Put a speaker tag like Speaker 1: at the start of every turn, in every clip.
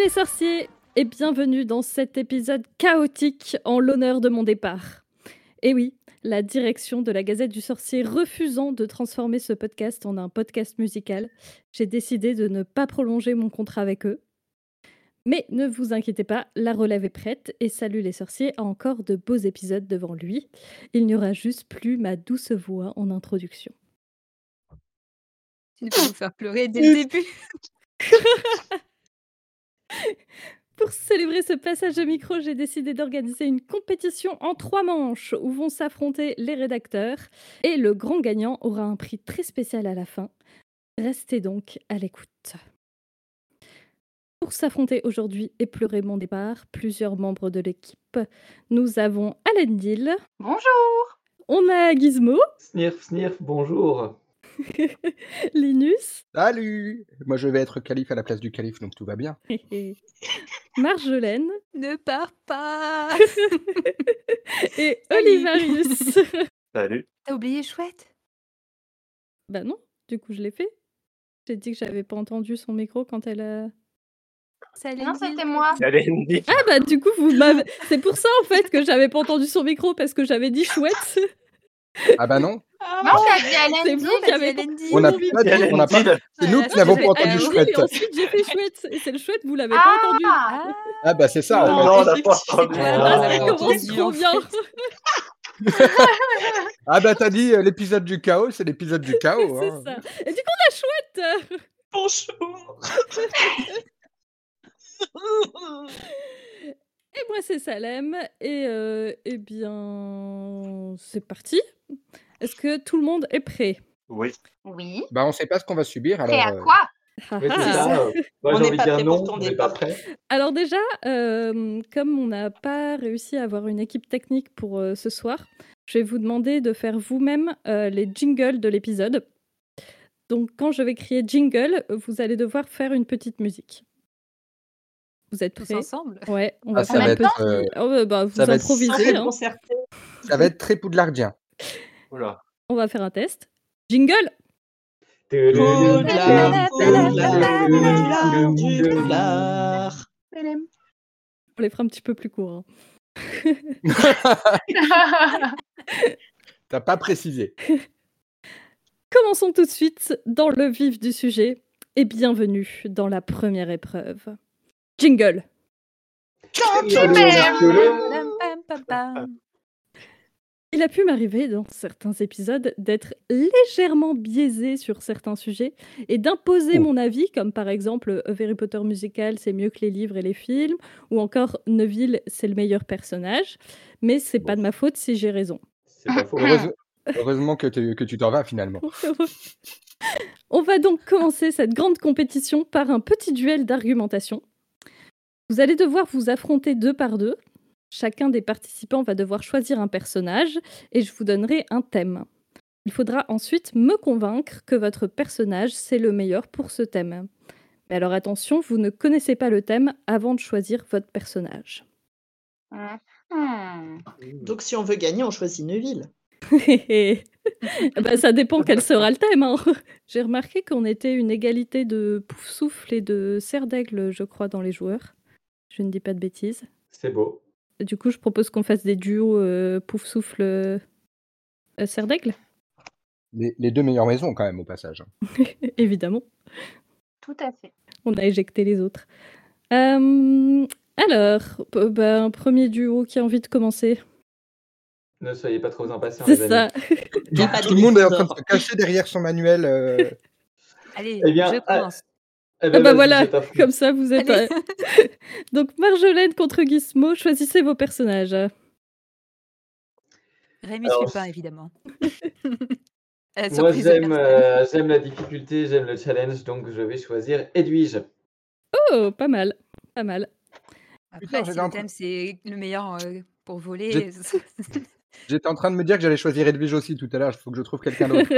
Speaker 1: les sorciers et bienvenue dans cet épisode chaotique en l'honneur de mon départ. Et oui, la direction de la Gazette du Sorcier refusant de transformer ce podcast en un podcast musical, j'ai décidé de ne pas prolonger mon contrat avec eux. Mais ne vous inquiétez pas, la relève est prête et Salut les sorciers a encore de beaux épisodes devant lui. Il n'y aura juste plus ma douce voix en introduction.
Speaker 2: Tu ne peux nous faire pleurer dès le début.
Speaker 1: Pour célébrer ce passage de micro, j'ai décidé d'organiser une compétition en trois manches où vont s'affronter les rédacteurs et le grand gagnant aura un prix très spécial à la fin. Restez donc à l'écoute. Pour s'affronter aujourd'hui et pleurer mon départ, plusieurs membres de l'équipe. Nous avons Alendil,
Speaker 3: Bonjour
Speaker 1: on a Gizmo,
Speaker 4: Snirf, snirf, bonjour.
Speaker 1: Linus,
Speaker 5: Salut Moi je vais être calife à la place du calife, donc tout va bien.
Speaker 1: Marjolaine
Speaker 2: ne pars pas.
Speaker 1: et
Speaker 2: Salut.
Speaker 1: Olivarius.
Speaker 4: Salut.
Speaker 2: T'as oublié chouette
Speaker 1: bah non, du coup je l'ai fait. J'ai dit que j'avais pas entendu son micro quand elle a...
Speaker 2: Salut.
Speaker 3: Non, c'était moi.
Speaker 1: Ah bah du coup vous m'avez... C'est pour ça en fait que j'avais pas entendu son micro parce que j'avais dit chouette.
Speaker 5: Ah bah non
Speaker 3: Non, t'as dit Alain
Speaker 1: C'est
Speaker 3: Deal.
Speaker 1: vous qui avez...
Speaker 5: On a pas dit- on a pas- C'est nous qui n'avons pas
Speaker 1: Ah
Speaker 5: entendu
Speaker 1: oui,
Speaker 5: chouette.
Speaker 1: et ensuite j'ai fait chouette. Et c'est le chouette, vous l'avez
Speaker 3: Ah.
Speaker 1: pas entendu.
Speaker 3: Ah.
Speaker 5: Ah bah c'est ça en
Speaker 4: Non,
Speaker 5: fait.
Speaker 4: on l'a pas entendu.
Speaker 1: Voilà,
Speaker 4: Ah,
Speaker 1: ça commence
Speaker 2: entendu,
Speaker 1: trop
Speaker 2: en
Speaker 1: bien.
Speaker 5: Ah bah t'as dit euh, l'épisode du chaos, c'est l'épisode du chaos. hein.
Speaker 1: c'est ça. Et du coup on a chouette.
Speaker 6: Bonjour
Speaker 1: Et moi, c'est Salem. Et euh, eh bien, c'est parti. Est-ce que tout le monde est prêt
Speaker 4: Oui.
Speaker 3: Oui.
Speaker 5: Bah on sait pas ce qu'on va subir
Speaker 3: Prêt
Speaker 5: alors.
Speaker 3: à
Speaker 5: euh,
Speaker 3: quoi
Speaker 4: Mais
Speaker 1: Ah.
Speaker 4: c'est ça. euh, Moi,
Speaker 6: On
Speaker 4: j'ai
Speaker 6: n'est
Speaker 4: envie de
Speaker 6: pas
Speaker 4: dire
Speaker 6: prêt
Speaker 4: non,
Speaker 6: pour ton
Speaker 4: on n'est pas
Speaker 6: départ.
Speaker 4: prêt.
Speaker 1: Alors déjà, euh, comme on n'a pas réussi à avoir une équipe technique pour euh, ce soir, je vais vous demander de faire vous-même euh, les jingles de l'épisode. Donc quand je vais crier jingle, vous allez devoir faire une petite musique. Vous êtes
Speaker 2: Tous
Speaker 1: prêts
Speaker 2: ensemble.
Speaker 1: Ouais, on
Speaker 5: Ah,
Speaker 1: va
Speaker 5: ça
Speaker 1: faire
Speaker 5: va
Speaker 1: un
Speaker 5: être,
Speaker 1: petit-
Speaker 5: euh,
Speaker 1: Oh, bah, bah, vous
Speaker 5: ça va être
Speaker 1: improvisez. hein.
Speaker 5: ça va être très poudlardien.
Speaker 4: Voilà.
Speaker 1: On va faire un test. Jingle
Speaker 6: Oh,
Speaker 1: On les fera un petit peu plus courts. hein.
Speaker 5: T'as pas précisé.
Speaker 1: Commençons tout de suite dans le vif du sujet et bienvenue dans la première épreuve. Jingle
Speaker 2: Pam, pam,
Speaker 4: Ah.
Speaker 2: pam.
Speaker 1: Il a pu m'arriver dans certains épisodes d'être légèrement biaisé sur certains sujets et d'imposer
Speaker 5: Oh.
Speaker 1: mon avis, comme par exemple A Harry Potter musical, c'est mieux que les livres et les films, ou encore Neville, c'est le meilleur personnage, mais c'est pas de ma faute si j'ai raison.
Speaker 4: C'est pas
Speaker 3: Ah.
Speaker 4: faux.
Speaker 5: Heureuse- Heureusement que, t'es- que tu t'en vas finalement.
Speaker 1: On va donc commencer cette grande compétition par un petit duel d'argumentation. Vous allez devoir vous affronter deux par deux. Chacun des participants va devoir choisir un personnage et je vous donnerai un thème. Il faudra ensuite me convaincre que votre personnage c'est le meilleur pour ce thème. Mais alors attention, vous ne connaissez pas le thème avant de choisir votre personnage.
Speaker 3: Hmm.
Speaker 6: Donc si on veut gagner, on choisit Neuville.
Speaker 1: bah, ça dépend quel sera le thème. hein. J'ai remarqué qu'on était une égalité de pouf souffle et de serre d'aigle, je crois, dans les joueurs. Je ne dis pas de bêtises.
Speaker 4: C'est beau.
Speaker 1: Du coup, je propose qu'on fasse des duos euh, pouf souffle euh, euh, serre d'aigle,
Speaker 5: Les, les deux meilleures maisons quand même au passage.
Speaker 1: évidemment.
Speaker 3: Tout à fait.
Speaker 1: On a éjecté les autres. Euh, alors, p- ben, un premier duo qui a envie de commencer.
Speaker 4: Ne soyez pas trop impatients.
Speaker 1: C'est
Speaker 4: les
Speaker 1: ça.
Speaker 4: amis.
Speaker 6: Il y a pas
Speaker 5: Tout le monde est en train
Speaker 6: d'épisode.
Speaker 5: de se cacher derrière son manuel. euh,
Speaker 2: Allez,
Speaker 4: Eh bien,
Speaker 2: je commence.
Speaker 4: Eh
Speaker 1: Ah bah
Speaker 4: vas-y,
Speaker 1: voilà,
Speaker 4: je t'affronte.
Speaker 1: Comme ça, vous êtes.
Speaker 2: Allez.
Speaker 1: euh, Donc, Marjolaine contre Gizmo, choisissez vos personnages.
Speaker 2: Rémi
Speaker 4: Alors,
Speaker 2: Sulpin, évidemment. À la
Speaker 4: Moi,
Speaker 2: surprise de
Speaker 4: j'aime
Speaker 2: personne.
Speaker 4: euh, j'aime la difficulté, j'aime le challenge, donc je vais choisir Edwige.
Speaker 1: Oh, pas mal. Pas mal.
Speaker 2: Après,
Speaker 5: Putain,
Speaker 2: si
Speaker 5: j'avais
Speaker 2: le
Speaker 5: un
Speaker 2: thème, c'est le meilleur euh, pour voler.
Speaker 5: J'ai- J'étais en train de me dire que j'allais choisir Edwige aussi tout à l'heure. Il faut que je trouve quelqu'un d'autre.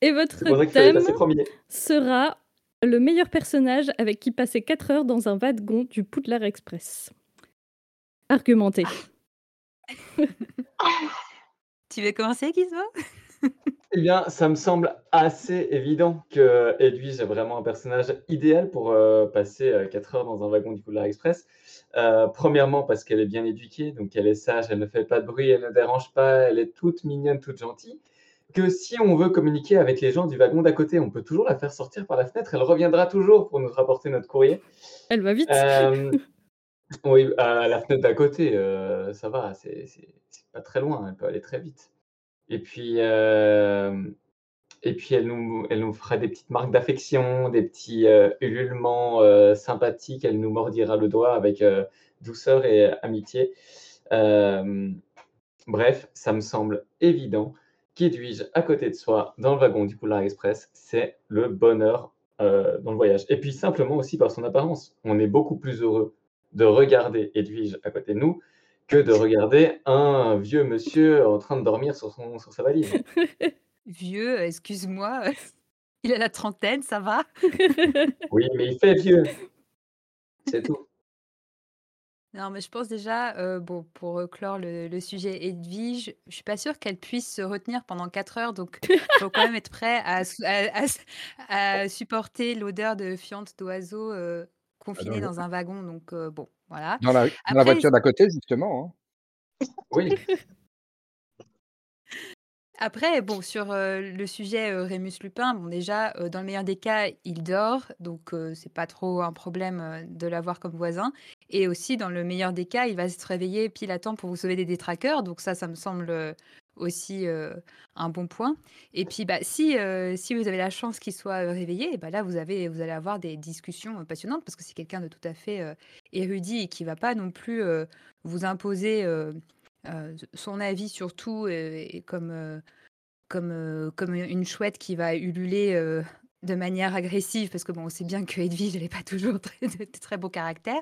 Speaker 1: Et votre
Speaker 4: C'est pour ça qu'il fallait
Speaker 1: thème
Speaker 4: passer premier.
Speaker 1: sera le meilleur personnage avec qui passer 4 heures dans un wagon du Poudlard Express.
Speaker 6: Ah.
Speaker 1: Argumenté.
Speaker 2: Tu veux commencer, Gizmo
Speaker 4: Eh bien, ça me semble assez évident que Edwige est vraiment un personnage idéal pour euh, passer 4 heures dans un wagon du Polar Express. Euh, premièrement, parce qu'elle est bien éduquée, donc elle est sage, elle ne fait pas de bruit, elle ne dérange pas, elle est toute mignonne, toute gentille. Que si on veut communiquer avec les gens du wagon d'à côté, on peut toujours la faire sortir par la fenêtre, elle reviendra toujours pour nous rapporter notre courrier.
Speaker 1: Elle va vite.
Speaker 4: Euh, oui, à la fenêtre d'à côté, euh, ça va, c'est c'est- c'est pas très loin, elle peut aller très vite. Et puis, euh, et puis elle, nous, elle nous fera des petites marques d'affection, des petits euh, ululements euh, sympathiques, elle nous mordira le doigt avec euh, douceur et amitié. Euh, bref, ça me semble évident qu'Edwige, à côté de soi, dans le wagon du Polar Express, c'est le bonheur euh, dans le voyage. Et puis simplement aussi par son apparence, on est beaucoup plus heureux de regarder Edwige à côté de nous que de regarder un vieux monsieur en train de dormir sur, son, sur sa valise.
Speaker 2: Vieux, euh, excuse-moi. Il a la trentaine, ça va
Speaker 4: Oui, mais il fait vieux. C'est tout.
Speaker 2: Non, mais je pense déjà, euh, bon, pour euh, clore le, le sujet Edwige, je suis pas sûre qu'elle puisse se retenir pendant 4 heures, donc faut quand même être prêt à, sou- à- à s- à supporter l'odeur de fientes d'oiseaux euh, confinées
Speaker 5: non,
Speaker 2: dans un wagon. Donc euh, bon, voilà.
Speaker 5: Dans la, dans la
Speaker 2: Après,
Speaker 5: voiture d'à côté, justement. hein.
Speaker 4: Oui,
Speaker 2: Après, bon, sur euh, le sujet euh, Rémus Lupin, bon, déjà, euh, dans le meilleur des cas, il dort, donc euh, c'est pas trop un problème euh, de l'avoir comme voisin. Et aussi, dans le meilleur des cas, il va se réveiller pile à temps pour vous sauver des détraqueurs, donc ça, ça me semble euh, aussi euh, un bon point. Et puis, bah, si, euh, si vous avez la chance qu'il soit euh, réveillé, eh ben là, vous, avez, vous allez avoir des discussions euh, passionnantes, parce que c'est quelqu'un de tout à fait euh, érudit et qui va pas non plus euh, vous imposer. euh, euh, son avis surtout et comme euh, comme, euh, comme une chouette qui va ululer euh, de manière agressive, parce que bon, on sait bien que Edwige, elle n'est pas toujours très- de, de très beau caractère.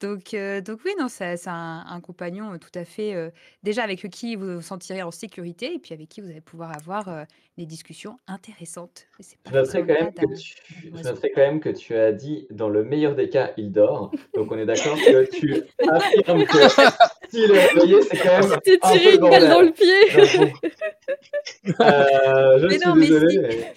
Speaker 2: Donc, euh, donc oui, non, ça- c'est un, un compagnon euh, tout à fait, euh, déjà avec qui vous vous sentirez en sécurité, et puis avec qui vous allez pouvoir avoir euh, des discussions intéressantes. Et c'est pas
Speaker 4: je noterai,
Speaker 2: forcément
Speaker 4: quand
Speaker 2: le
Speaker 4: même
Speaker 2: cas
Speaker 4: que
Speaker 2: d'un-
Speaker 4: tu, je
Speaker 2: oiseau.
Speaker 4: noterai quand même que tu as dit dans le meilleur des cas, il dort. Donc on est d'accord que tu affirmes que s'il est réveillé, c'est quand même.
Speaker 1: T'es
Speaker 4: un peu
Speaker 1: tiré
Speaker 4: le
Speaker 1: une balle
Speaker 4: bordel.
Speaker 1: dans le pied.
Speaker 4: Donc, bon. Euh, je
Speaker 2: Mais
Speaker 4: suis
Speaker 2: non, mais
Speaker 4: désolé.
Speaker 2: si.
Speaker 4: mais-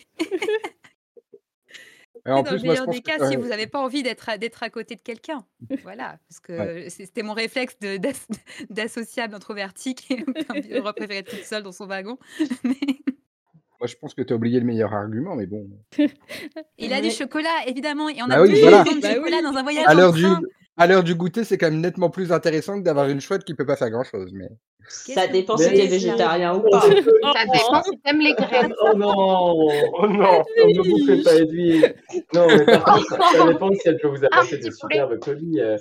Speaker 5: Hein. Et
Speaker 2: Mais
Speaker 5: en
Speaker 2: dans le
Speaker 5: plus, moi, je
Speaker 2: meilleur
Speaker 5: pense
Speaker 2: des cas,
Speaker 5: que-
Speaker 2: si vous
Speaker 5: ouais.
Speaker 2: n'avez pas envie d'être à, d'être à côté de quelqu'un. Voilà, parce que c'est- c'était mon réflexe de- d'as- d'associable introverti qui aurait préféré être toute seule dans son wagon. Mais-
Speaker 5: moi, je pense que tu as oublié le meilleur argument, mais bon.
Speaker 2: Il a du
Speaker 6: Mais-
Speaker 2: chocolat, évidemment, et on
Speaker 5: Bah
Speaker 2: a
Speaker 5: oui,
Speaker 2: deux
Speaker 5: voilà.
Speaker 2: raisons de
Speaker 1: Bah
Speaker 2: chocolat
Speaker 1: oui.
Speaker 2: dans un voyage
Speaker 5: À
Speaker 2: en
Speaker 5: l'heure du,
Speaker 2: train.
Speaker 5: à l'heure du goûter, c'est quand même nettement plus intéressant que d'avoir une chouette qui peut pas faire grand-chose. Mais...
Speaker 6: Ça
Speaker 2: que
Speaker 6: dépend
Speaker 4: vous
Speaker 6: si t'es
Speaker 4: voulez, ça
Speaker 6: végétarien ou pas.
Speaker 3: Ça dépend si t'aimes les graines.
Speaker 4: Oh non Oh non On ne bouffez pas Edwige Non, mais par contre, ça dépend si elle peut vous apporter
Speaker 3: Ah,
Speaker 4: des
Speaker 3: petit poulet.
Speaker 4: superbes colis. euh,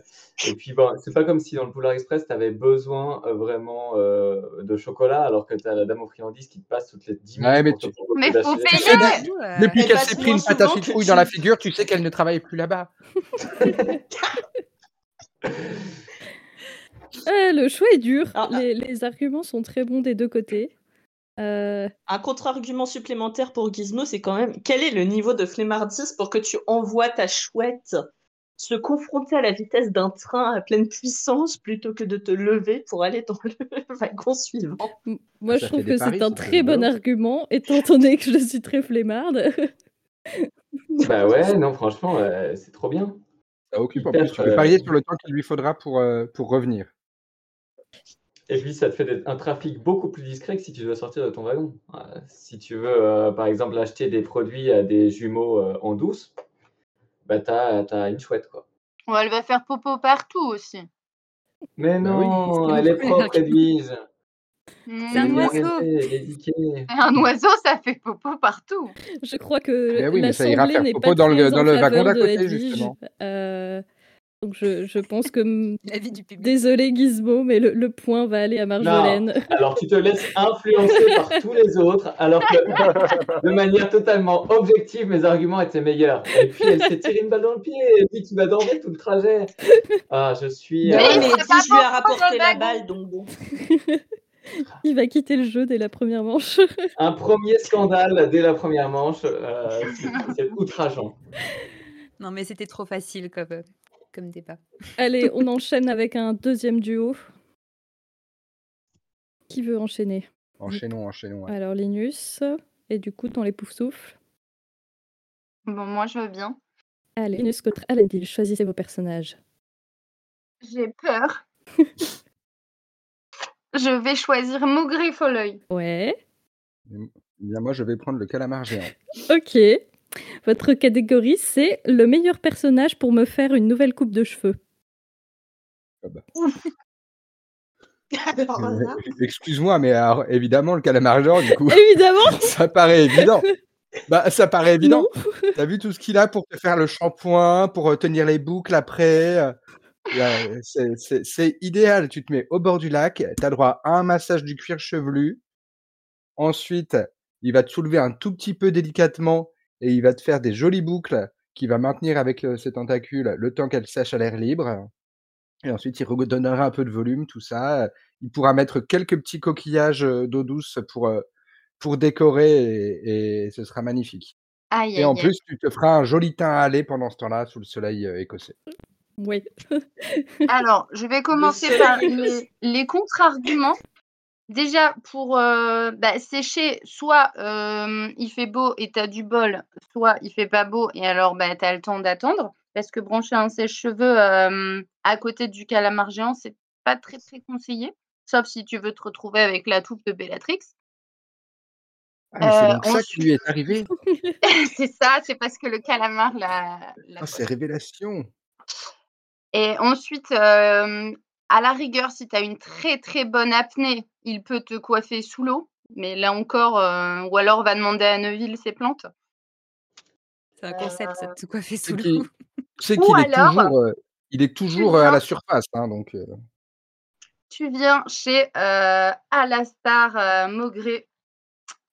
Speaker 4: Et puis, bon, c'est pas comme si dans le Polar Express, tu avais besoin euh, vraiment euh, de chocolat, alors que tu as la dame aux friandises qui te passe toutes les 10 minutes.
Speaker 5: Ouais, mais
Speaker 4: pour te
Speaker 5: tu-
Speaker 4: proposer
Speaker 3: Mais faut
Speaker 4: d'acheter-
Speaker 3: payer.
Speaker 5: sais,
Speaker 3: Ouais.
Speaker 2: Surtout, euh,
Speaker 5: Depuis
Speaker 6: Elle
Speaker 5: qu'elle
Speaker 6: passe
Speaker 5: s'est pris
Speaker 6: moins
Speaker 5: une pâte à
Speaker 6: souvent que
Speaker 5: fritouille
Speaker 6: tu-
Speaker 5: dans la figure, tu sais qu'elle ne travaille plus là-bas.
Speaker 1: Ah, le choix est dur.
Speaker 6: Ah, ah.
Speaker 1: Les, les arguments sont très bons des deux côtés. Euh,
Speaker 6: Un contre-argument supplémentaire pour Gizmo, c'est quand même quel est le niveau de flemmardise pour que tu envoies ta chouette se confronter à la vitesse d'un train à pleine puissance plutôt que de te lever pour aller dans le wagon suivant.
Speaker 1: m- moi,
Speaker 5: Ça
Speaker 1: je trouve
Speaker 5: fait des
Speaker 1: que c'est
Speaker 5: paris,
Speaker 1: un
Speaker 5: ça,
Speaker 1: très
Speaker 5: de
Speaker 1: bon
Speaker 5: ouf.
Speaker 1: argument, étant donné que je suis très flemmarde.
Speaker 4: Bah ouais, non, franchement, euh, c'est trop bien.
Speaker 5: Ça occupe en
Speaker 4: Hyper,
Speaker 5: plus. Tu peux
Speaker 4: euh,
Speaker 5: parier sur le temps qu'il lui faudra pour, euh, pour revenir.
Speaker 4: Et puis, ça te fait des- un trafic beaucoup plus discret que si tu dois sortir de ton wagon. Euh, si tu veux, euh, par exemple, acheter des produits à des jumeaux euh, en douce, bah, tu as, une chouette, quoi.
Speaker 3: Ouais, elle va faire popo partout aussi.
Speaker 4: Mais
Speaker 5: Bah oui,
Speaker 4: non,
Speaker 2: c'est
Speaker 4: elle est
Speaker 2: notre première
Speaker 4: propre, Edwige.
Speaker 3: Hmm.
Speaker 2: C'est un
Speaker 4: Elle est bien
Speaker 2: oiseau.
Speaker 4: restée, elle est éduquée.
Speaker 3: Un oiseau, ça fait popo partout.
Speaker 1: Je crois que
Speaker 5: Eh oui, mais ça ira
Speaker 1: l'assemblée
Speaker 5: faire
Speaker 1: n'est
Speaker 5: popo
Speaker 1: pas
Speaker 5: dans le-
Speaker 1: très
Speaker 5: dans
Speaker 1: en
Speaker 5: le wagon
Speaker 1: faveur
Speaker 5: d'à
Speaker 1: de
Speaker 5: côté,
Speaker 1: Edwige.
Speaker 5: justement.
Speaker 1: Euh, donc je, je pense que m-
Speaker 2: la vie du public.
Speaker 1: désolé Gizmo, mais le, le point va aller à Marjolaine.
Speaker 4: Alors tu te laisses influencer par tous les autres, alors que de manière totalement objective, mes arguments étaient meilleurs. Et puis elle s'est tirée une balle dans le pied et elle dit tu vas dormir tout le trajet. Ah, je suis.
Speaker 6: Mais,
Speaker 3: Mais
Speaker 4: euh,
Speaker 6: mais
Speaker 3: c'est
Speaker 6: dis,
Speaker 3: pas pour ça
Speaker 6: je lui ai
Speaker 3: dans le
Speaker 6: rapporté la
Speaker 3: wagon.
Speaker 6: balle, donc bon.
Speaker 1: Il va quitter le jeu dès la première manche.
Speaker 4: un premier scandale dès la première manche. euh, c'est- c'est outrageant.
Speaker 2: Non, mais c'était trop facile comme, euh, comme débat.
Speaker 1: Allez, on enchaîne avec un deuxième duo. Qui veut enchaîner
Speaker 5: Enchaînons, enchaînons. ouais.
Speaker 1: Alors Linus. Et du coup, dans les poufs souffles.
Speaker 7: Bon, moi, je veux bien.
Speaker 1: Allez, Minus contre Aladil, choisissez vos personnages.
Speaker 7: J'ai peur. je vais choisir Maugré Folleuil.
Speaker 1: Ouais.
Speaker 5: Eh bien, moi, je vais prendre le calamar géant.
Speaker 1: Ok. Votre catégorie, c'est le meilleur personnage pour me faire une nouvelle coupe de cheveux.
Speaker 6: Par hasard.
Speaker 5: Euh, Excuse-moi, mais alors, évidemment, le calamar géant, du coup,
Speaker 1: Évidemment
Speaker 5: ça paraît évident. Bah, ça paraît évident.
Speaker 1: Non.
Speaker 5: T'as vu tout ce qu'il a pour te faire le shampoing, pour euh, tenir les boucles après. euh, là, c'est- C'est c'est idéal. Tu te mets au bord du lac, t'as droit à un massage du cuir chevelu. Ensuite, il va te soulever un tout petit peu délicatement et il va te faire des jolies boucles qu'il va maintenir avec euh, ses tentacules le temps qu'elles sèchent à l'air libre. Et ensuite, il redonnera un peu de volume, tout ça. Il pourra mettre quelques petits coquillages euh, d'eau douce pour, euh, pour décorer et- et ce sera magnifique.
Speaker 7: Aïe,
Speaker 5: Et en
Speaker 7: aïe, aïe.
Speaker 5: plus, tu te feras un joli teint à aller pendant ce temps-là sous le soleil euh, écossais.
Speaker 1: Oui.
Speaker 7: Alors, je vais commencer
Speaker 6: seul
Speaker 7: par
Speaker 6: qui
Speaker 7: les, les contre-arguments. Déjà, pour euh, bah, sécher, soit euh, il fait beau et t'as du bol, soit il fait pas beau et alors bah, t'as le temps d'attendre. Parce que brancher un sèche-cheveux euh, à côté du calamar géant, c'est pas très très conseillé. Sauf si tu veux te retrouver avec la touffe de Bellatrix.
Speaker 5: Ah,
Speaker 7: mais c'est Euh, donc ça qui ensuite-
Speaker 5: lui est arrivé.
Speaker 7: c'est ça, c'est parce que le calamar l'a. l'a
Speaker 5: Ah, c'est révélation.
Speaker 7: Et ensuite, euh, à la rigueur, si tu as une très très bonne apnée, il peut te coiffer sous l'eau. Mais là encore, euh, ou alors va demander à Neuville ses plantes.
Speaker 2: C'est
Speaker 5: Ah.
Speaker 2: un concept, ça te coiffer
Speaker 5: C'est
Speaker 2: sous le
Speaker 5: qu'il
Speaker 2: cou.
Speaker 5: c'est
Speaker 7: Ou
Speaker 5: qu'il est
Speaker 7: alors,
Speaker 5: toujours, euh, il est toujours euh, à la surface. hein, donc, euh,
Speaker 7: Tu viens chez euh, Alastar euh, Maugré.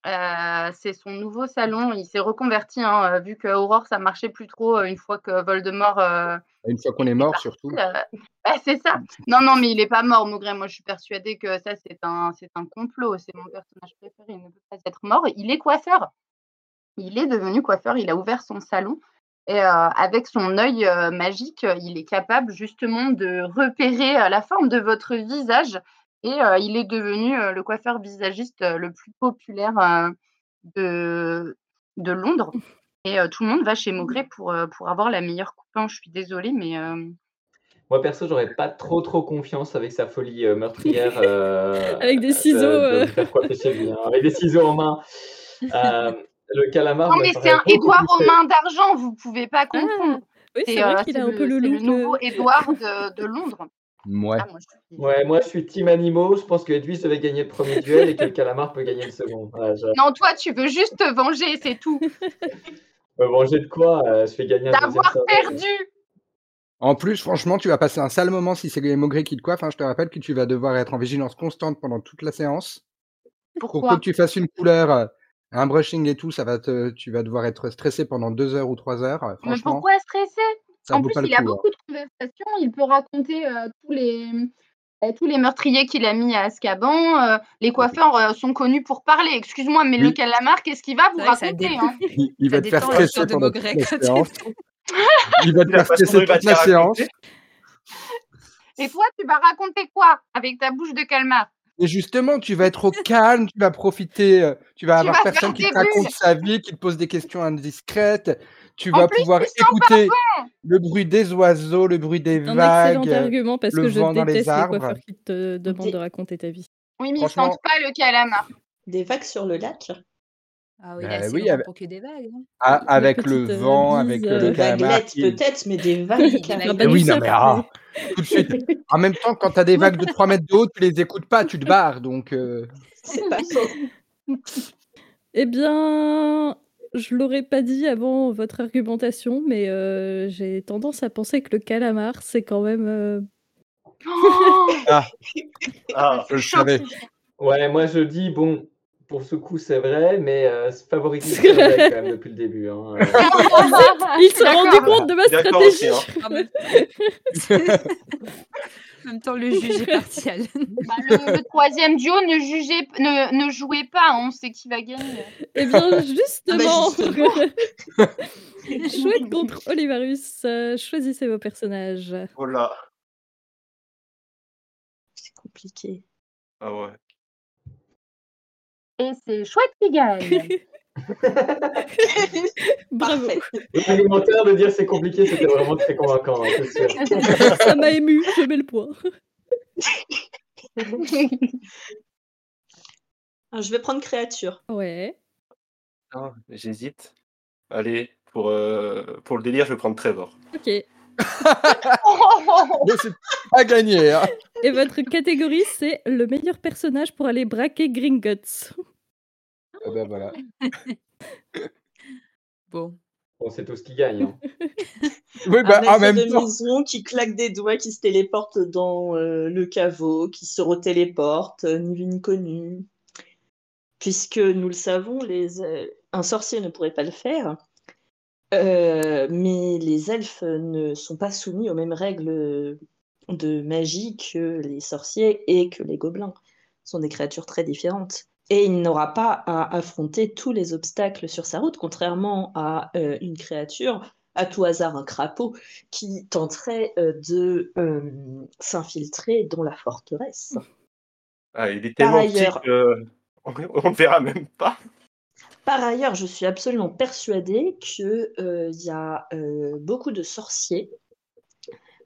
Speaker 7: Euh, c'est son nouveau salon. Il s'est reconverti, hein, euh, vu que Aurore, ça marchait plus trop euh, une fois que Voldemort. euh,
Speaker 5: une fois qu'on est mort, surtout.
Speaker 7: euh, bah, c'est ça. Non, non, mais il n'est pas mort, Maugré. Moi, je suis persuadée que ça, c'est un, c'est un complot. C'est mon personnage préféré. Il ne peut pas être mort. Il est coiffeur. Il est devenu coiffeur. Il a ouvert son salon. Et euh, avec son œil euh, magique, euh, il est capable justement de repérer euh, la forme de votre visage. Et euh, il est devenu euh, le coiffeur visagiste euh, le plus populaire euh, de, de Londres. Et euh, tout le monde va chez Maugré pour, euh, pour avoir la meilleure coupe. hein. Je suis désolée, mais. euh,
Speaker 4: Moi, perso, j'aurais pas trop trop confiance avec sa folie euh, meurtrière. euh,
Speaker 1: Avec des
Speaker 4: de-
Speaker 1: ciseaux,
Speaker 4: de
Speaker 1: euh.
Speaker 4: me faire coiffer chez lui, hein, avec des ciseaux en main. Euh, le
Speaker 5: Ah,
Speaker 4: calamar.
Speaker 5: bah,
Speaker 7: Non,
Speaker 4: me
Speaker 7: mais
Speaker 4: paraît
Speaker 7: c'est un
Speaker 4: beaucoup
Speaker 7: Édouard
Speaker 4: plus
Speaker 7: aux mains d'argent, vous pouvez pas comprendre.
Speaker 1: Ah, Oui, c'est
Speaker 7: C'est euh,
Speaker 1: vrai qu'il
Speaker 7: c'est
Speaker 1: a un
Speaker 7: le-
Speaker 1: peu le
Speaker 7: c'est
Speaker 1: look.
Speaker 7: le nouveau
Speaker 1: euh,
Speaker 7: Édouard de, de Londres.
Speaker 5: Ouais.
Speaker 7: Ah, moi, je suis-
Speaker 4: Ouais, moi je suis team animaux. Je pense que Edwige devait gagner le premier duel et que le calamar peut gagner le second. Voilà, je...
Speaker 7: Non, toi, tu veux juste te venger, c'est tout.
Speaker 4: Euh, bon, j'ai de quoi euh, Je fais gagner un deuxième
Speaker 7: D'avoir
Speaker 4: serveur.
Speaker 7: perdu.
Speaker 5: En plus, franchement, tu vas passer un sale moment si c'est Maugré qui te coiffe. hein. je te rappelle que tu vas devoir être en vigilance constante pendant toute la séance. Pour peu
Speaker 7: Pourquoi
Speaker 5: que tu fasses une couleur, euh, un brushing et tout, ça va te, tu vas devoir être stressé pendant deux heures ou trois heures. euh,
Speaker 7: Mais
Speaker 5: Franchement,
Speaker 7: pourquoi stresser
Speaker 5: ça
Speaker 7: En
Speaker 5: vaut
Speaker 7: plus,
Speaker 5: pas le
Speaker 7: il a
Speaker 5: coup, hein.
Speaker 7: beaucoup de conversations. Il peut raconter euh, tous les. euh, tous les meurtriers qu'il a mis à Azkaban, euh, les coiffeurs euh, sont connus pour parler. Excuse-moi, mais le
Speaker 5: Oui.
Speaker 7: calamar, qu'est-ce qu'il va vous
Speaker 2: C'est vrai que ça
Speaker 7: raconter
Speaker 2: détend.
Speaker 7: hein
Speaker 5: Il, il
Speaker 2: Ça
Speaker 5: va te faire
Speaker 2: détend la
Speaker 5: stresser
Speaker 2: histoire de
Speaker 5: pendant
Speaker 2: Maugret
Speaker 5: toute
Speaker 2: quand
Speaker 5: la
Speaker 2: c'est
Speaker 5: séance. Il va te
Speaker 8: La
Speaker 5: faire
Speaker 8: façon dont
Speaker 5: stresser
Speaker 8: il va
Speaker 5: toute
Speaker 8: te
Speaker 5: la
Speaker 8: la
Speaker 5: séance.
Speaker 8: raconter.
Speaker 7: Et toi, tu vas raconter quoi avec ta bouche de calmar
Speaker 5: Et justement, tu vas être au calme, tu vas profiter, euh, tu vas
Speaker 7: Tu
Speaker 5: avoir
Speaker 7: vas faire
Speaker 5: personne qui
Speaker 7: des
Speaker 5: te raconte
Speaker 7: bulles.
Speaker 5: sa vie, qui te pose des questions indiscrètes. Tu
Speaker 7: En
Speaker 5: vas
Speaker 7: plus,
Speaker 5: pouvoir
Speaker 7: ils sont
Speaker 5: écouter le bruit des oiseaux, le bruit des
Speaker 1: Un
Speaker 5: vagues.
Speaker 1: excellent
Speaker 5: euh,
Speaker 1: argument parce
Speaker 5: le
Speaker 1: que je
Speaker 5: vent dans les
Speaker 1: déteste les,
Speaker 5: arbres.
Speaker 1: coiffeurs qui te demandent de raconter ta vie.
Speaker 7: Oui, mais ils
Speaker 5: Franchement-
Speaker 7: sentent pas le calamar.
Speaker 6: Des vagues sur le lac.
Speaker 2: Ah oui,
Speaker 5: Bah
Speaker 2: là, c'est
Speaker 5: oui,
Speaker 2: long
Speaker 5: avec-
Speaker 2: pour que des vagues. hein.
Speaker 5: a-
Speaker 1: les
Speaker 5: avec le
Speaker 1: petites, euh,
Speaker 5: vent, avec
Speaker 1: bises,
Speaker 5: euh,
Speaker 1: euh,
Speaker 5: le
Speaker 6: Des
Speaker 5: calamar.
Speaker 6: vaguelettes
Speaker 5: qui-
Speaker 6: peut-être, mais des vagues.
Speaker 2: Des
Speaker 6: carrément.
Speaker 1: vagues. Pas du
Speaker 5: oui, non,
Speaker 1: surf,
Speaker 5: mais
Speaker 1: mais-
Speaker 5: ah, tout de suite. En même temps, quand tu as des vagues de 3 mètres de haut, tu les écoutes pas, tu te barres. Donc, euh,
Speaker 6: C'est pas faux.
Speaker 1: Eh bien, je l'aurais pas dit avant votre argumentation, mais euh, j'ai tendance à penser que le calamar, c'est quand même. euh,
Speaker 7: Oh
Speaker 8: Ah,
Speaker 5: je le savais.
Speaker 4: Ouais, moi je dis, bon, pour ce coup c'est vrai, mais euh, c'est favoriser le Servais, quand même depuis le début. hein. Euh,
Speaker 1: Il s'est rendu
Speaker 7: Ah, D'accord.
Speaker 1: compte de ma
Speaker 8: D'accord aussi,
Speaker 1: stratégie.
Speaker 4: hein.
Speaker 2: En même- en même temps, le juge est partial.
Speaker 7: Bah, le, le troisième duo, ne jugez, ne, ne jouez pas, on sait qui va gagner.
Speaker 1: Eh bien, justement.
Speaker 6: justement.
Speaker 1: Chouette contre Olivarus. euh, choisissez vos personnages.
Speaker 8: oh là.
Speaker 6: C'est compliqué.
Speaker 8: Ah ouais.
Speaker 7: Et c'est chouette qui gagne.
Speaker 1: Bravo.
Speaker 4: L'argumentaire de dire c'est compliqué, c'était vraiment très convaincant, hein, c'est sûr.
Speaker 1: Ça m'a ému, je mets le point.
Speaker 6: Alors, je vais prendre créature.
Speaker 1: Ouais.
Speaker 8: Non, J'hésite. Allez, pour, euh, pour le délire, je vais prendre Trevor.
Speaker 1: Ok. Et
Speaker 5: Mais c'est pas gagné. hein.
Speaker 1: votre catégorie, c'est le meilleur personnage pour aller braquer Gringotts.
Speaker 5: Ah bah voilà.
Speaker 2: Bon.
Speaker 4: Bon, c'est tout ce qui gagne. hein.
Speaker 1: Ah
Speaker 5: Oui, bah,
Speaker 1: ben,
Speaker 6: un
Speaker 5: en
Speaker 6: maître
Speaker 5: même
Speaker 6: de
Speaker 5: temps.
Speaker 6: maison qui claque des doigts, qui se téléporte dans euh, le caveau, qui se retéléporte, euh, ni vu ni connu. Puisque nous le savons, les, euh, un sorcier ne pourrait pas le faire. Euh, mais les elfes ne sont pas soumis aux mêmes règles de magie que les sorciers et que les gobelins. Ce sont des créatures très différentes. Et il n'aura pas à affronter tous les obstacles sur sa route, contrairement à euh, une créature, à tout hasard un crapaud, qui tenterait euh, de euh, s'infiltrer dans la forteresse.
Speaker 8: Ah, il est
Speaker 6: Par
Speaker 8: tellement petit
Speaker 6: ailleurs.
Speaker 8: que on ne verra même pas.
Speaker 6: Par ailleurs, je suis absolument persuadée qu'il y a euh, beaucoup de sorciers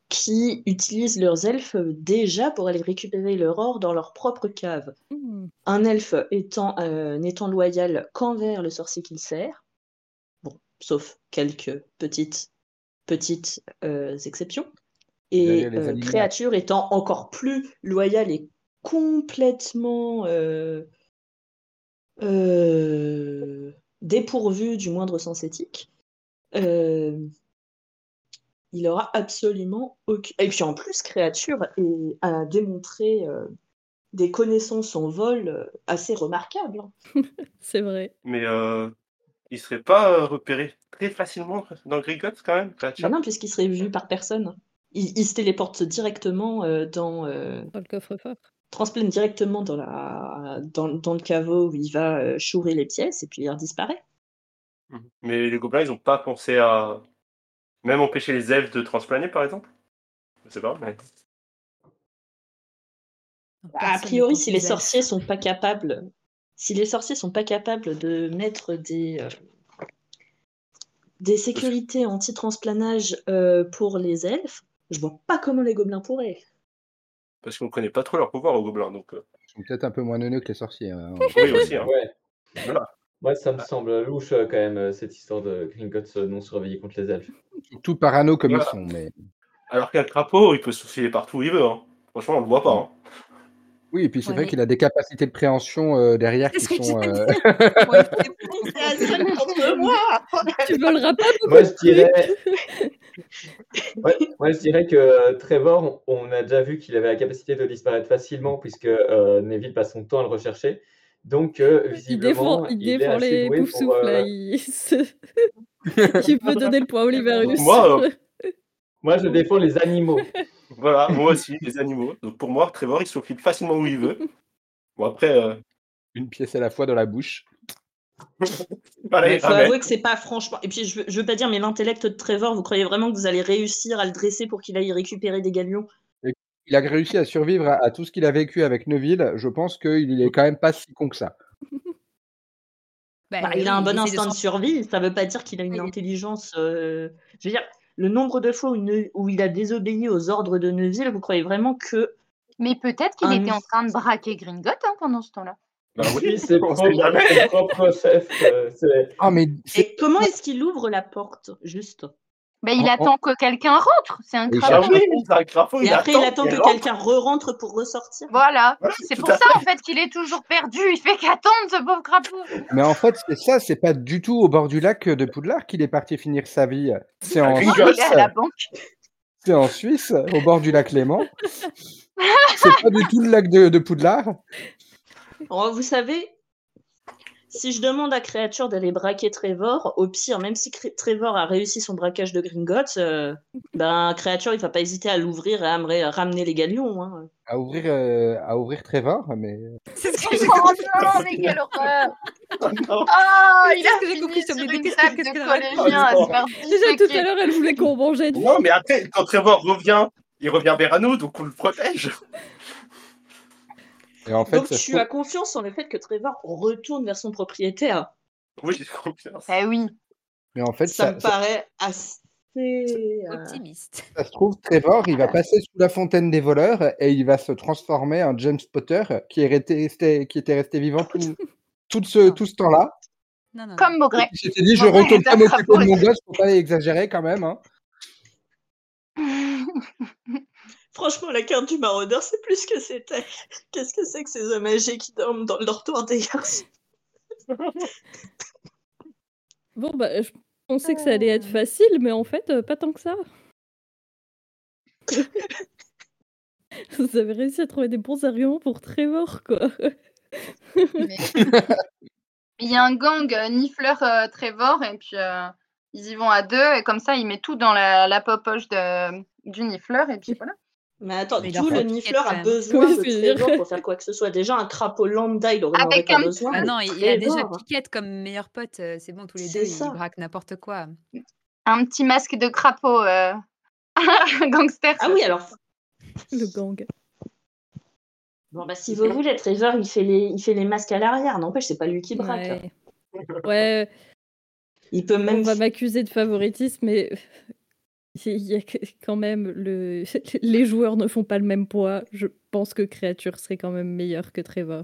Speaker 6: qui utilisent leurs elfes euh, déjà pour aller récupérer leur or dans leur propre cave.
Speaker 1: Hmm.
Speaker 6: Un elfe étant, euh, n'étant loyal qu'envers le sorcier qu'il sert, bon, sauf quelques petites, petites euh, exceptions, et
Speaker 5: Derrière les
Speaker 6: euh,
Speaker 5: animaux.
Speaker 6: créature étant encore plus loyale et complètement euh, euh, dépourvue du moindre sens éthique. euh, il aura absolument aucune. Et puis en plus, créature est- a démontré euh, des connaissances en vol euh, assez remarquables. hein.
Speaker 1: C'est vrai.
Speaker 8: Mais euh, il serait pas euh, repéré très facilement dans Gringotts quand même. créature.
Speaker 6: Bah non, puisqu'il serait vu par personne. Il, il se téléporte directement euh, dans. euh,
Speaker 1: Dans le coffre-fort.
Speaker 6: transplane directement dans, la, dans, dans le caveau où il va euh, chourer les pièces et puis il disparaît.
Speaker 8: Mhm. Mais les gobelins, ils n'ont pas pensé à même empêcher les elfes de transplaner, par exemple Je sais pas, mais...
Speaker 5: Bah,
Speaker 2: Ah,
Speaker 6: A priori, si les sorciers sont pas capables, si les sorciers sont pas capables de mettre des euh, des sécurités anti-transplanage euh, pour les elfes, je vois pas comment les gobelins pourraient.
Speaker 8: parce qu'on connaît pas trop leur pouvoir aux gobelins, donc euh,
Speaker 5: Ils sont peut-être un peu moins neuneux que les sorciers. hein.
Speaker 8: oui aussi. hein.
Speaker 4: Ouais.
Speaker 8: Voilà.
Speaker 4: Moi, ça me semble louche euh, quand même, euh, cette histoire de Gringotts euh, non surveillé contre les elfes.
Speaker 5: Tout parano comme
Speaker 8: Voilà.
Speaker 5: ils sont. Mais...
Speaker 8: Alors qu'un crapaud, il peut se faufiler partout où il veut. hein. Franchement, on le voit pas. hein.
Speaker 5: Oui, et puis c'est
Speaker 2: Ouais,
Speaker 5: vrai
Speaker 2: mais-
Speaker 5: qu'il a des capacités de préhension euh, derrière qui
Speaker 2: Qu'est-ce que
Speaker 5: sont.
Speaker 2: j'allais
Speaker 5: euh,
Speaker 2: Bon, il fait-
Speaker 6: C'est à seul contre moi.
Speaker 1: Tu voleras pas beaucoup
Speaker 4: Moi, je
Speaker 1: de
Speaker 4: dirais,
Speaker 1: trucs.
Speaker 4: Ouais, moi, je dirais que euh, Trevor, on on a déjà vu qu'il avait la capacité de disparaître facilement puisque euh, Neville passe son temps à le rechercher. Donc, euh,
Speaker 1: Il défend,
Speaker 4: visiblement,
Speaker 1: il
Speaker 4: il, est
Speaker 1: défend
Speaker 4: assez
Speaker 1: les
Speaker 4: doué
Speaker 1: poufs
Speaker 4: pour.
Speaker 1: souffles.
Speaker 4: euh,
Speaker 1: tu peux donner le point à Oliverius.
Speaker 8: Moi,
Speaker 4: Moi, je défends les animaux.
Speaker 8: Voilà, moi aussi, les animaux. Donc pour moi, Trevor, il se faufile facilement où il veut. Bon, après, euh,
Speaker 5: une pièce à la fois dans la bouche.
Speaker 8: allez,
Speaker 6: Il faut
Speaker 8: amen.
Speaker 6: avouer que c'est pas franchement. Et puis je veux, je veux pas dire, mais l'intellect de Trevor, vous croyez vraiment que vous allez réussir à le dresser pour qu'il aille récupérer des galions
Speaker 5: Il a réussi à survivre à, à tout ce qu'il a vécu avec Neuville. Je pense qu'il est quand même pas si con que ça.
Speaker 2: Bah,
Speaker 6: Bah,
Speaker 2: oui,
Speaker 6: il a un bon
Speaker 2: essaie de
Speaker 6: instinct de
Speaker 2: s'en-
Speaker 6: survie, ça veut pas dire qu'il a une
Speaker 2: Oui.
Speaker 6: intelligence. euh, Je veux dire, le nombre de fois où, Ne- où il a désobéi aux ordres de Neuville, vous croyez vraiment que.
Speaker 3: Mais peut-être qu'il
Speaker 6: Un
Speaker 3: était en
Speaker 6: mythe.
Speaker 3: train de braquer Gringotts hein, pendant ce temps-là.
Speaker 8: Bah oui,
Speaker 4: Puis, ses
Speaker 8: on sait
Speaker 4: propres,
Speaker 8: jamais.
Speaker 4: ses propres chefs. euh, c'est-
Speaker 5: Ah, mais c'est-
Speaker 6: Et comment est-ce qu'il ouvre la porte, juste
Speaker 3: Bah, il
Speaker 5: En- en-
Speaker 3: attend que quelqu'un rentre. C'est un
Speaker 5: Et il
Speaker 8: Ah
Speaker 3: crapaud.
Speaker 5: cherche-
Speaker 8: oui, c'est un crapaud,
Speaker 6: Et après, il attend
Speaker 8: qu'il
Speaker 6: que
Speaker 8: rentre.
Speaker 6: quelqu'un re-rentre pour ressortir.
Speaker 3: Voilà.
Speaker 8: Voilà,
Speaker 3: C'est
Speaker 8: tout
Speaker 3: pour
Speaker 8: à
Speaker 3: ça, en fait, qu'il est toujours perdu. Il fait qu'attendre, ce pauvre crapaud.
Speaker 5: mais en fait, c'est ça, c'est pas du tout au bord du lac de Poudlard qu'il est parti finir sa vie. C'est en
Speaker 8: Ah,
Speaker 3: Non,
Speaker 8: Gringotts.
Speaker 3: Oh, il est
Speaker 5: Suisse,
Speaker 3: à la banque.
Speaker 5: c'est en Suisse, au bord du lac Léman. C'est pas du tout le lac de, de Poudlard.
Speaker 6: Oh, vous savez, si je demande à Créature d'aller braquer Trevor, au pire, même si Cré- Trevor a réussi son braquage de Gringotts, euh, ben Créature, il va pas hésiter à l'ouvrir et à me ré- à ramener les galions. hein.
Speaker 5: À ouvrir, euh, à ouvrir Trevor, mais
Speaker 2: C'est ce que j'ai
Speaker 3: Oh
Speaker 2: compris.
Speaker 3: non, mais quelle horreur.
Speaker 8: Non,
Speaker 3: Ah,
Speaker 2: Mais
Speaker 3: il
Speaker 2: c'est ce
Speaker 3: a
Speaker 2: que j'ai
Speaker 3: fini
Speaker 2: compris, je te
Speaker 3: sur
Speaker 2: me
Speaker 3: une
Speaker 2: déteste,
Speaker 3: table
Speaker 2: qu'est-ce
Speaker 3: de
Speaker 2: qu'elle raconte
Speaker 3: collégien à se faire
Speaker 1: Déjà tout à
Speaker 3: disséquer.
Speaker 1: l'heure, elle voulait qu'on mangeait.
Speaker 8: non, mais après, quand Trevor revient, il revient vers nous, donc on le protège.
Speaker 5: et en fait,
Speaker 6: Donc
Speaker 5: ça se
Speaker 6: tu
Speaker 5: trouve-
Speaker 6: as confiance en le fait que Trevor retourne vers son propriétaire.
Speaker 8: Oui, j'ai confiance.
Speaker 3: Eh oui.
Speaker 5: Mais en fait,
Speaker 6: ça,
Speaker 5: ça,
Speaker 6: me
Speaker 5: ça-
Speaker 6: paraît assez. euh,
Speaker 2: Optimiste.
Speaker 5: ça se trouve, Trevor, il va passer sous la fontaine des voleurs et il va se transformer en James Potter qui, est resté, resté- qui était resté vivant tout, tout ce, tout ce temps-là.
Speaker 2: Non, non, non.
Speaker 3: Comme Maugrey.
Speaker 5: Il s'était dit, je
Speaker 3: Bon,
Speaker 5: retourne
Speaker 3: ça
Speaker 5: pas
Speaker 3: sera
Speaker 5: m'occuper de mon
Speaker 3: pour-
Speaker 5: gosse, faut pas exagérer quand même. hein.
Speaker 6: Franchement, la carte du maraudeur, c'est plus ce que c'était. Qu'est-ce que c'est que ces hommes âgés qui dorment dans le dortoir des garçons
Speaker 1: Bon, bah, je pensais que ça allait
Speaker 6: Ah.
Speaker 1: être facile, mais en fait, euh, pas tant que ça. Vous avez réussi à trouver des bons arguments pour Trevor, quoi.
Speaker 3: Mais- Il y a un gang euh, Nifleur euh, Trevor et puis euh, ils y vont à deux et comme ça il met tout dans la, la popoche de, du Nifleur et puis voilà.
Speaker 6: Mais attends,
Speaker 2: Mais il
Speaker 6: tout
Speaker 2: leur
Speaker 6: le
Speaker 2: faut une
Speaker 6: nifleur
Speaker 2: quête, quand
Speaker 6: a
Speaker 2: même.
Speaker 6: besoin
Speaker 1: Oui,
Speaker 6: de
Speaker 1: c'est sûr.
Speaker 6: Trevor pour faire quoi que ce soit. Déjà, un crapaud lambda, il aurait
Speaker 3: Avec
Speaker 6: pas
Speaker 3: un-
Speaker 6: besoin.
Speaker 2: Ah
Speaker 6: de
Speaker 2: non, il y a déjà
Speaker 6: Trevor.
Speaker 2: Piquette comme meilleur pote. euh, C'est bon, tous les
Speaker 6: C'est
Speaker 2: deux,
Speaker 6: ça.
Speaker 2: ils braquent n'importe quoi.
Speaker 3: Un petit masque de crapaud euh, gangster.
Speaker 6: Ah oui, alors.
Speaker 1: Le gang.
Speaker 6: Bon, bah, si vous voulez, Trevor, il fait les, il fait les masques à l'arrière. N'empêche, c'est pas lui qui braque.
Speaker 1: Ouais. ouais,
Speaker 6: Il peut
Speaker 1: on
Speaker 6: même.
Speaker 1: va m'accuser de favoritisme, mais il y a que- quand même le... les joueurs ne font pas le même poids. Je pense que Créature serait quand même meilleur que Trevor.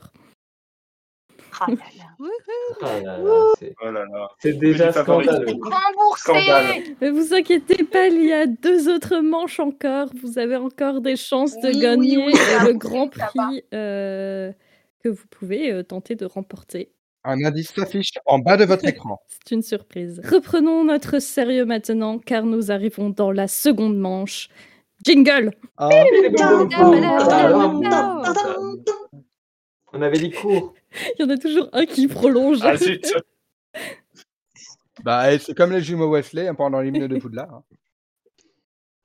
Speaker 3: Ah là là.
Speaker 4: Ah là là, c'est-
Speaker 8: Oh là là.
Speaker 4: c'est déjà
Speaker 8: favori.
Speaker 4: scandaleux.
Speaker 3: Remboursé
Speaker 8: Scandale.
Speaker 1: Mais vous inquiétez pas, il y a deux autres manches encore. Vous avez encore des chances de
Speaker 3: Oui, oui,
Speaker 1: gagner euh,
Speaker 3: oui, ça
Speaker 1: le
Speaker 3: va,
Speaker 1: grand
Speaker 3: ça va.
Speaker 1: prix euh, que vous pouvez euh, tenter de remporter.
Speaker 5: Un indice s'affiche en bas de votre écran.
Speaker 1: C'est une surprise. Reprenons notre sérieux maintenant, car nous arrivons dans la seconde manche. Jingle
Speaker 5: Ah.
Speaker 4: Ah, On avait dit court.
Speaker 1: Il y en a toujours un qui prolonge.
Speaker 8: Ah zut
Speaker 5: Bah, et c'est comme les jumeaux Wesley hein, pendant l'hymne de Poudlard. hein.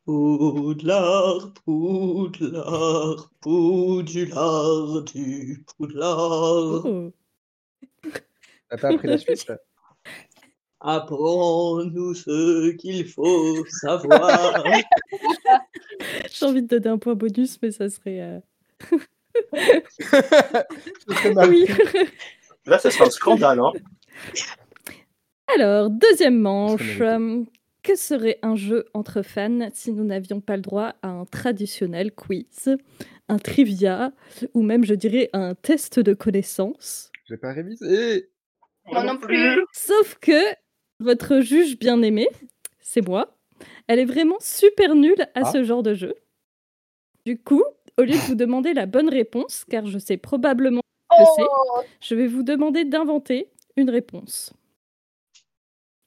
Speaker 6: Poudlard, poudlard, poudulard du poudlard.
Speaker 1: Oh.
Speaker 5: T'as pas appris la suite
Speaker 6: Apprends-nous ce qu'il faut savoir.
Speaker 1: J'ai envie de donner un point bonus, mais ça serait... euh,
Speaker 5: Ce serait mal.
Speaker 1: Oui
Speaker 8: Là, ça sera un scandale, hein
Speaker 1: Alors, deuxième
Speaker 5: Ça
Speaker 1: manche.
Speaker 5: mérite.
Speaker 1: euh, Que serait un jeu entre fans si nous n'avions pas le droit à un traditionnel quiz, un trivia, ou même, je dirais, un test de connaissance
Speaker 5: J'ai pas révisé.
Speaker 3: Moi non plus.
Speaker 1: Sauf que votre juge bien-aimée, c'est moi, elle est vraiment super nulle à
Speaker 5: Ah.
Speaker 1: ce genre de jeu. Du coup, au lieu de vous demander la bonne réponse, car je sais probablement ce que c'est,
Speaker 3: Oh,
Speaker 1: je vais vous demander d'inventer une réponse.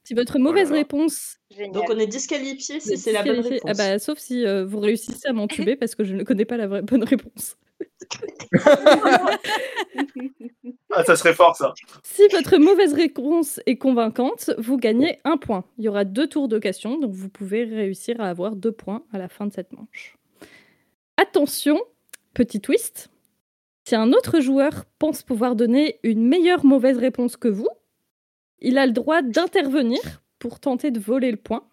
Speaker 1: Si votre mauvaise
Speaker 8: là là.
Speaker 1: réponse
Speaker 6: Donc
Speaker 3: génial.
Speaker 6: on est disqualifié
Speaker 1: Vous
Speaker 6: si
Speaker 1: êtes
Speaker 6: Oh c'est la bonne
Speaker 1: disqualifié.
Speaker 6: réponse.
Speaker 1: Ah bah, sauf si euh, vous réussissez à m'entuber parce que je ne connais pas la vraie bonne réponse.
Speaker 8: Ah, ça serait fort, ça
Speaker 1: Si votre mauvaise réponse est convaincante, vous gagnez un point. Il y aura deux tours de questions, donc vous pouvez réussir à avoir deux points à la fin de cette manche. Attention, petit twist. Si un autre joueur pense pouvoir donner une meilleure mauvaise réponse que vous, il a le droit d'intervenir pour tenter de voler le point.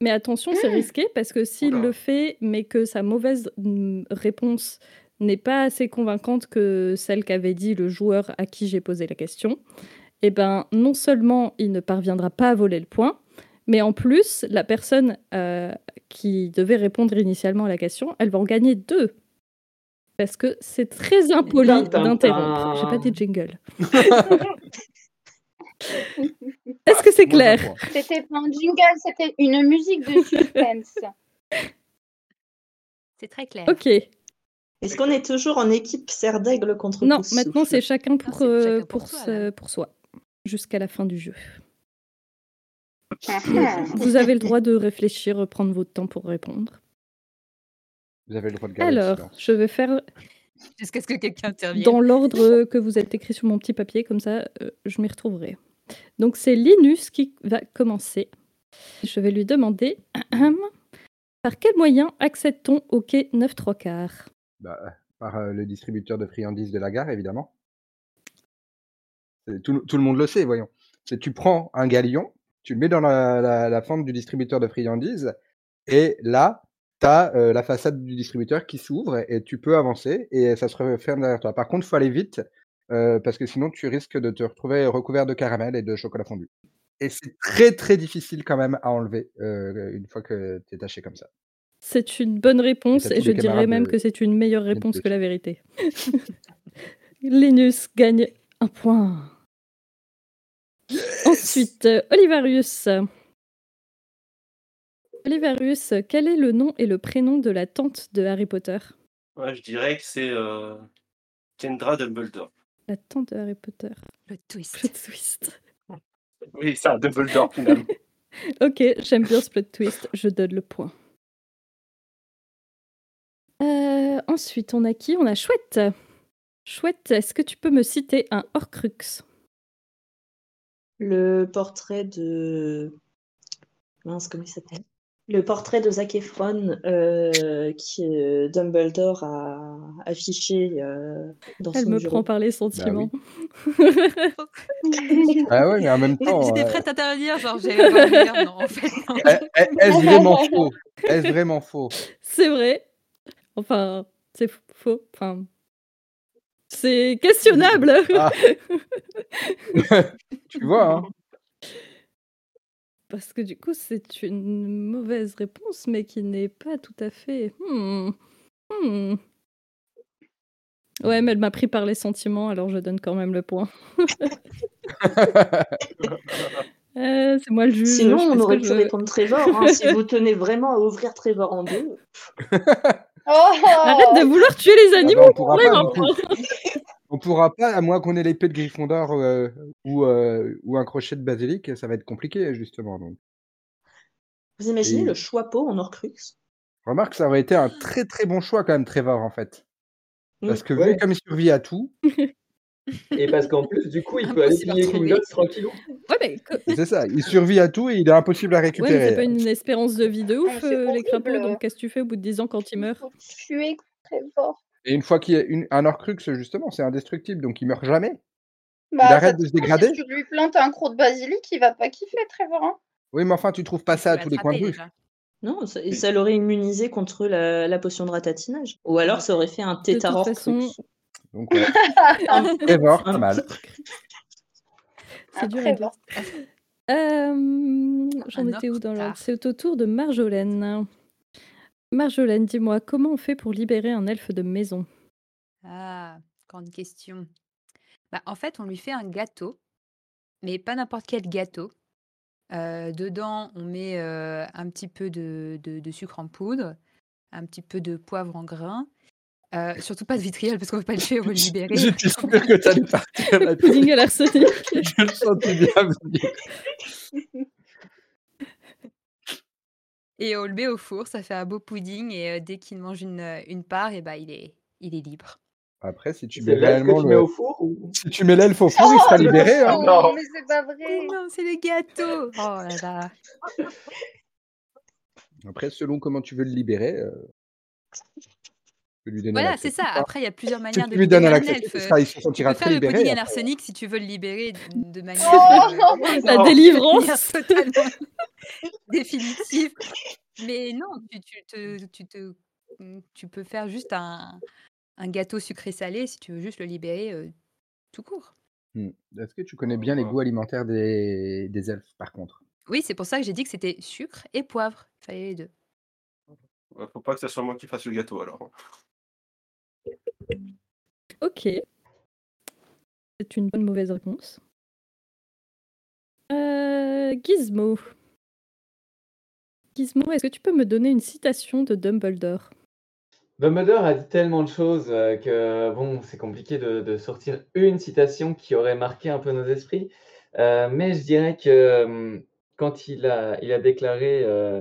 Speaker 1: Mais attention, c'est risqué parce que s'il
Speaker 8: Oula.
Speaker 1: le fait, mais que sa mauvaise mm, réponse n'est pas assez convaincante que celle qu'avait dit le joueur à qui j'ai posé la question, eh ben non seulement il ne parviendra pas à voler le point, mais en plus la personne euh, qui devait répondre initialement à la question, elle va en gagner deux parce que c'est très impoli
Speaker 6: Tin, tin,
Speaker 1: d'interrompre.
Speaker 6: tin.
Speaker 1: J'ai pas dit jingle. Est-ce que c'est
Speaker 5: Moins un
Speaker 1: clair
Speaker 5: point.
Speaker 3: C'était pas un jingle, c'était une musique de suspense.
Speaker 2: C'est très clair.
Speaker 1: Ok.
Speaker 6: Est-ce qu'on est toujours en équipe serre d'aigle contre
Speaker 1: Non,
Speaker 6: Pouce
Speaker 1: maintenant
Speaker 6: Souffle
Speaker 1: c'est chacun pour,
Speaker 2: Ah, c'est
Speaker 1: euh,
Speaker 2: chacun
Speaker 1: pour,
Speaker 2: pour soi,
Speaker 1: se-
Speaker 2: là.
Speaker 1: pour soi, jusqu'à la fin du jeu.
Speaker 3: Mhm.
Speaker 1: Vous avez le droit de réfléchir, prendre votre temps pour répondre.
Speaker 5: Vous avez le droit de garder le
Speaker 1: Alors,
Speaker 5: silence.
Speaker 1: je vais faire
Speaker 2: Jusqu'à ce que quelqu'un intervienne.
Speaker 1: dans l'ordre que vous êtes écrit sur mon petit papier, comme ça euh, je m'y retrouverai. Donc c'est Linus qui va commencer. Je vais lui demander par quel moyen accède-t-on au quai 9 3 quarts
Speaker 5: Bah, euh, par euh, le distributeur de friandises de la gare, évidemment. C'est- Tout, tout le monde le sait, voyons. C'est tu prends un galion, tu le mets dans la, la- la fente du distributeur de friandises, et là, tu as la façade du distributeur qui s'ouvre et tu peux avancer et ça se referme derrière toi. Par contre, faut aller vite euh, parce que sinon tu risques de te retrouver recouvert de caramel et de chocolat fondu. Et c'est très très difficile quand même à enlever euh, une fois que tu es taché comme ça.
Speaker 1: C'est une bonne réponse
Speaker 5: T'as
Speaker 1: et
Speaker 5: tous
Speaker 1: je
Speaker 5: les
Speaker 1: dirais
Speaker 5: camarades euh,
Speaker 1: même
Speaker 5: de-
Speaker 1: que c'est une meilleure
Speaker 5: Linus.
Speaker 1: réponse que la vérité. Linus gagne un point. Ensuite, euh, Olivarius. Olivarius, quel est le nom et le prénom de la tante de Harry Potter
Speaker 8: Ouais, je dirais que c'est euh, Kendra Dumbledore.
Speaker 1: La tante de Harry Potter.
Speaker 2: Le twist.
Speaker 1: Plot twist.
Speaker 8: Oui, ça, Dumbledore finalement.
Speaker 1: Ok, j'aime bien ce plot twist. Je donne le point. Euh, ensuite, on a qui On a Chouette. Chouette, est-ce que tu peux me citer un Horcrux
Speaker 6: Le portrait de. Mince, comment il s'appelle Le portrait de Zac Efron euh, qui euh, Dumbledore a affiché euh, dans
Speaker 1: Elle
Speaker 6: son
Speaker 1: me
Speaker 6: bureau. Bah
Speaker 1: prend par les sentiments.
Speaker 5: Ah ouais, mais en même temps.
Speaker 2: J'étais
Speaker 5: euh,
Speaker 2: prête à t'intervenir, genre j'avais pas envie de dire, non, en fait. non.
Speaker 5: est- est- Eh,
Speaker 1: Ah,
Speaker 5: Est-ce vraiment faux Est-ce vraiment faux
Speaker 1: c'est vrai. Enfin, c'est f- faux. Enfin, c'est questionnable.
Speaker 5: Ah. Tu vois, hein
Speaker 1: Parce que du coup, c'est une mauvaise réponse, mais qui n'est pas tout à fait. Hmm. Hmm. Ouais, mais elle m'a pris par les sentiments, alors je donne quand même le point. Euh, c'est moi le juge.
Speaker 6: Sinon,
Speaker 1: je fais ce
Speaker 6: on
Speaker 1: que
Speaker 6: aurait
Speaker 1: je
Speaker 6: pu
Speaker 1: veux.
Speaker 6: répondre Trevor. hein, si vous tenez vraiment à ouvrir Trevor en deux,
Speaker 3: Oh.
Speaker 1: Arrête
Speaker 6: Oh
Speaker 1: de vouloir tuer les
Speaker 5: Ah bah,
Speaker 1: animaux.
Speaker 5: on pourra
Speaker 1: Ouais,
Speaker 5: pas
Speaker 1: mais
Speaker 5: non plus. On pourra pas, à moins qu'on ait l'épée de Gryffondor euh, ou, euh, ou un crochet de basilic, ça va être compliqué justement. Donc.
Speaker 6: vous imaginez
Speaker 5: Et-
Speaker 6: le Choixpeau en Horcrux
Speaker 5: Remarque, ça aurait été un très très bon choix quand même, Trevor, en fait.
Speaker 1: Mmh,
Speaker 5: Parce que
Speaker 4: Ouais.
Speaker 5: vu comme il survit à tout,
Speaker 4: Et parce qu'en plus, du coup, il peut aller
Speaker 2: Impossible à
Speaker 4: piller
Speaker 2: retrouver.
Speaker 4: Gringotts tranquillou.
Speaker 1: Ouais, mais co-
Speaker 5: c'est ça, il survit à tout et il est impossible à
Speaker 1: Ouais, mais c'est pas
Speaker 5: récupérer.
Speaker 1: une espérance de vie de
Speaker 7: Ah,
Speaker 1: ouf,
Speaker 7: c'est
Speaker 1: euh, les
Speaker 7: horrible.
Speaker 1: crapauds. Donc, qu'est-ce que tu fais au bout de 10 ans quand ils meurent
Speaker 7: Faut tuer Trevor.
Speaker 5: Et une fois qu'il y a une- un Horcrux, justement, c'est indestructible, donc il meurt jamais.
Speaker 7: Bah,
Speaker 5: arrête
Speaker 7: ça
Speaker 5: de se
Speaker 7: dépend,
Speaker 5: dégrader.
Speaker 7: Si tu lui plantes un croc de basilic, il va pas kiffer Trevor. hein.
Speaker 5: Oui, mais enfin, tu trouves pas
Speaker 2: Tu
Speaker 5: ça à
Speaker 2: peux
Speaker 5: tous les coins de
Speaker 2: l'attraper,
Speaker 5: rue.
Speaker 2: déjà.
Speaker 6: Non, ça, et ça l'aurait immunisé contre la, la potion de ratatinage. Ou alors, ça aurait fait un
Speaker 1: toute
Speaker 6: tétard Horcrux.
Speaker 1: façon,
Speaker 5: Donc, ouais,
Speaker 6: Un-
Speaker 5: Trevor,
Speaker 6: un
Speaker 5: pas mal.
Speaker 6: petit Horcrux.
Speaker 1: C'est dur à
Speaker 7: Après,
Speaker 1: dire. Euh, J'en
Speaker 2: Un
Speaker 1: étais où dans l'ordre
Speaker 2: hortard.
Speaker 1: C'est au tour de Marjolaine. Marjolaine, dis-moi, comment on fait pour libérer un elfe de maison
Speaker 2: Ah, grande question. Bah, en fait, on lui fait un gâteau, mais pas n'importe quel gâteau. Euh, dedans, on met euh, un petit peu de, de- de sucre en poudre, un petit peu de poivre en grains. Euh, surtout pas de vitriol parce qu'on veut pas le tuer, on veut le libérer.
Speaker 5: J'étais sûr que t'allais partir
Speaker 1: Le
Speaker 5: là-dessus.
Speaker 1: pudding à l'arsenic
Speaker 5: Je le sentais bien venir.
Speaker 2: Et on le met au four, ça fait un beau pudding et euh, dès qu'il mange une, euh, une part, et bah, il, est, il est libre.
Speaker 5: Après, si tu
Speaker 4: C'est
Speaker 5: mets
Speaker 4: l'elfe que
Speaker 5: réellement
Speaker 4: tu mets
Speaker 5: le.
Speaker 4: au four ou...
Speaker 5: Si tu mets l'elfe au four, il sera libéré. hein.
Speaker 7: Oh,
Speaker 8: Non.
Speaker 7: mais c'est pas
Speaker 2: Mais
Speaker 7: vrai.
Speaker 2: Oh non, c'est le gâteau Oh là là
Speaker 5: Après, selon comment tu veux le libérer, euh, tu peux lui donner
Speaker 2: Voilà,
Speaker 5: l'accès
Speaker 2: c'est ça.
Speaker 5: tout le temps.
Speaker 2: Après, il y a plusieurs
Speaker 5: Si
Speaker 2: manières de
Speaker 5: tu lui donnes
Speaker 2: libérer
Speaker 5: un
Speaker 2: un
Speaker 5: accès,
Speaker 2: elfe.
Speaker 5: tout,
Speaker 2: euh,
Speaker 5: il, sera- il se
Speaker 2: Tu peux
Speaker 5: sentira très
Speaker 2: faire le
Speaker 5: libéré.
Speaker 2: pudding à
Speaker 5: après.
Speaker 2: l'arsenic si tu veux le libérer de manière,
Speaker 7: Oh,
Speaker 1: La
Speaker 2: euh,
Speaker 7: mais
Speaker 8: Non.
Speaker 2: de manière
Speaker 1: délivrance
Speaker 2: totalement définitive. Mais non, tu, tu te, tu, te- mm, tu peux faire juste un, un gâteau sucré-salé si tu veux juste le libérer euh, tout court.
Speaker 5: Hmm. Est-ce que tu connais bien les
Speaker 8: Ouais.
Speaker 5: goûts alimentaires des, des elfes, par contre
Speaker 2: Oui, c'est pour ça que j'ai dit que c'était sucre et poivre. Il fallait les deux.
Speaker 8: Ouais, Faut pas que ça soit moi qui fasse le gâteau alors.
Speaker 1: Ok. C'est une bonne mauvaise réponse. Euh, Gizmo. Gizmo, est-ce que tu peux me donner une citation de Dumbledore
Speaker 4: Dumbledore a dit tellement de choses euh, que bon, c'est compliqué de, de sortir une citation qui aurait marqué un peu nos esprits. Euh, mais je dirais que euh, quand il a, il a déclaré euh,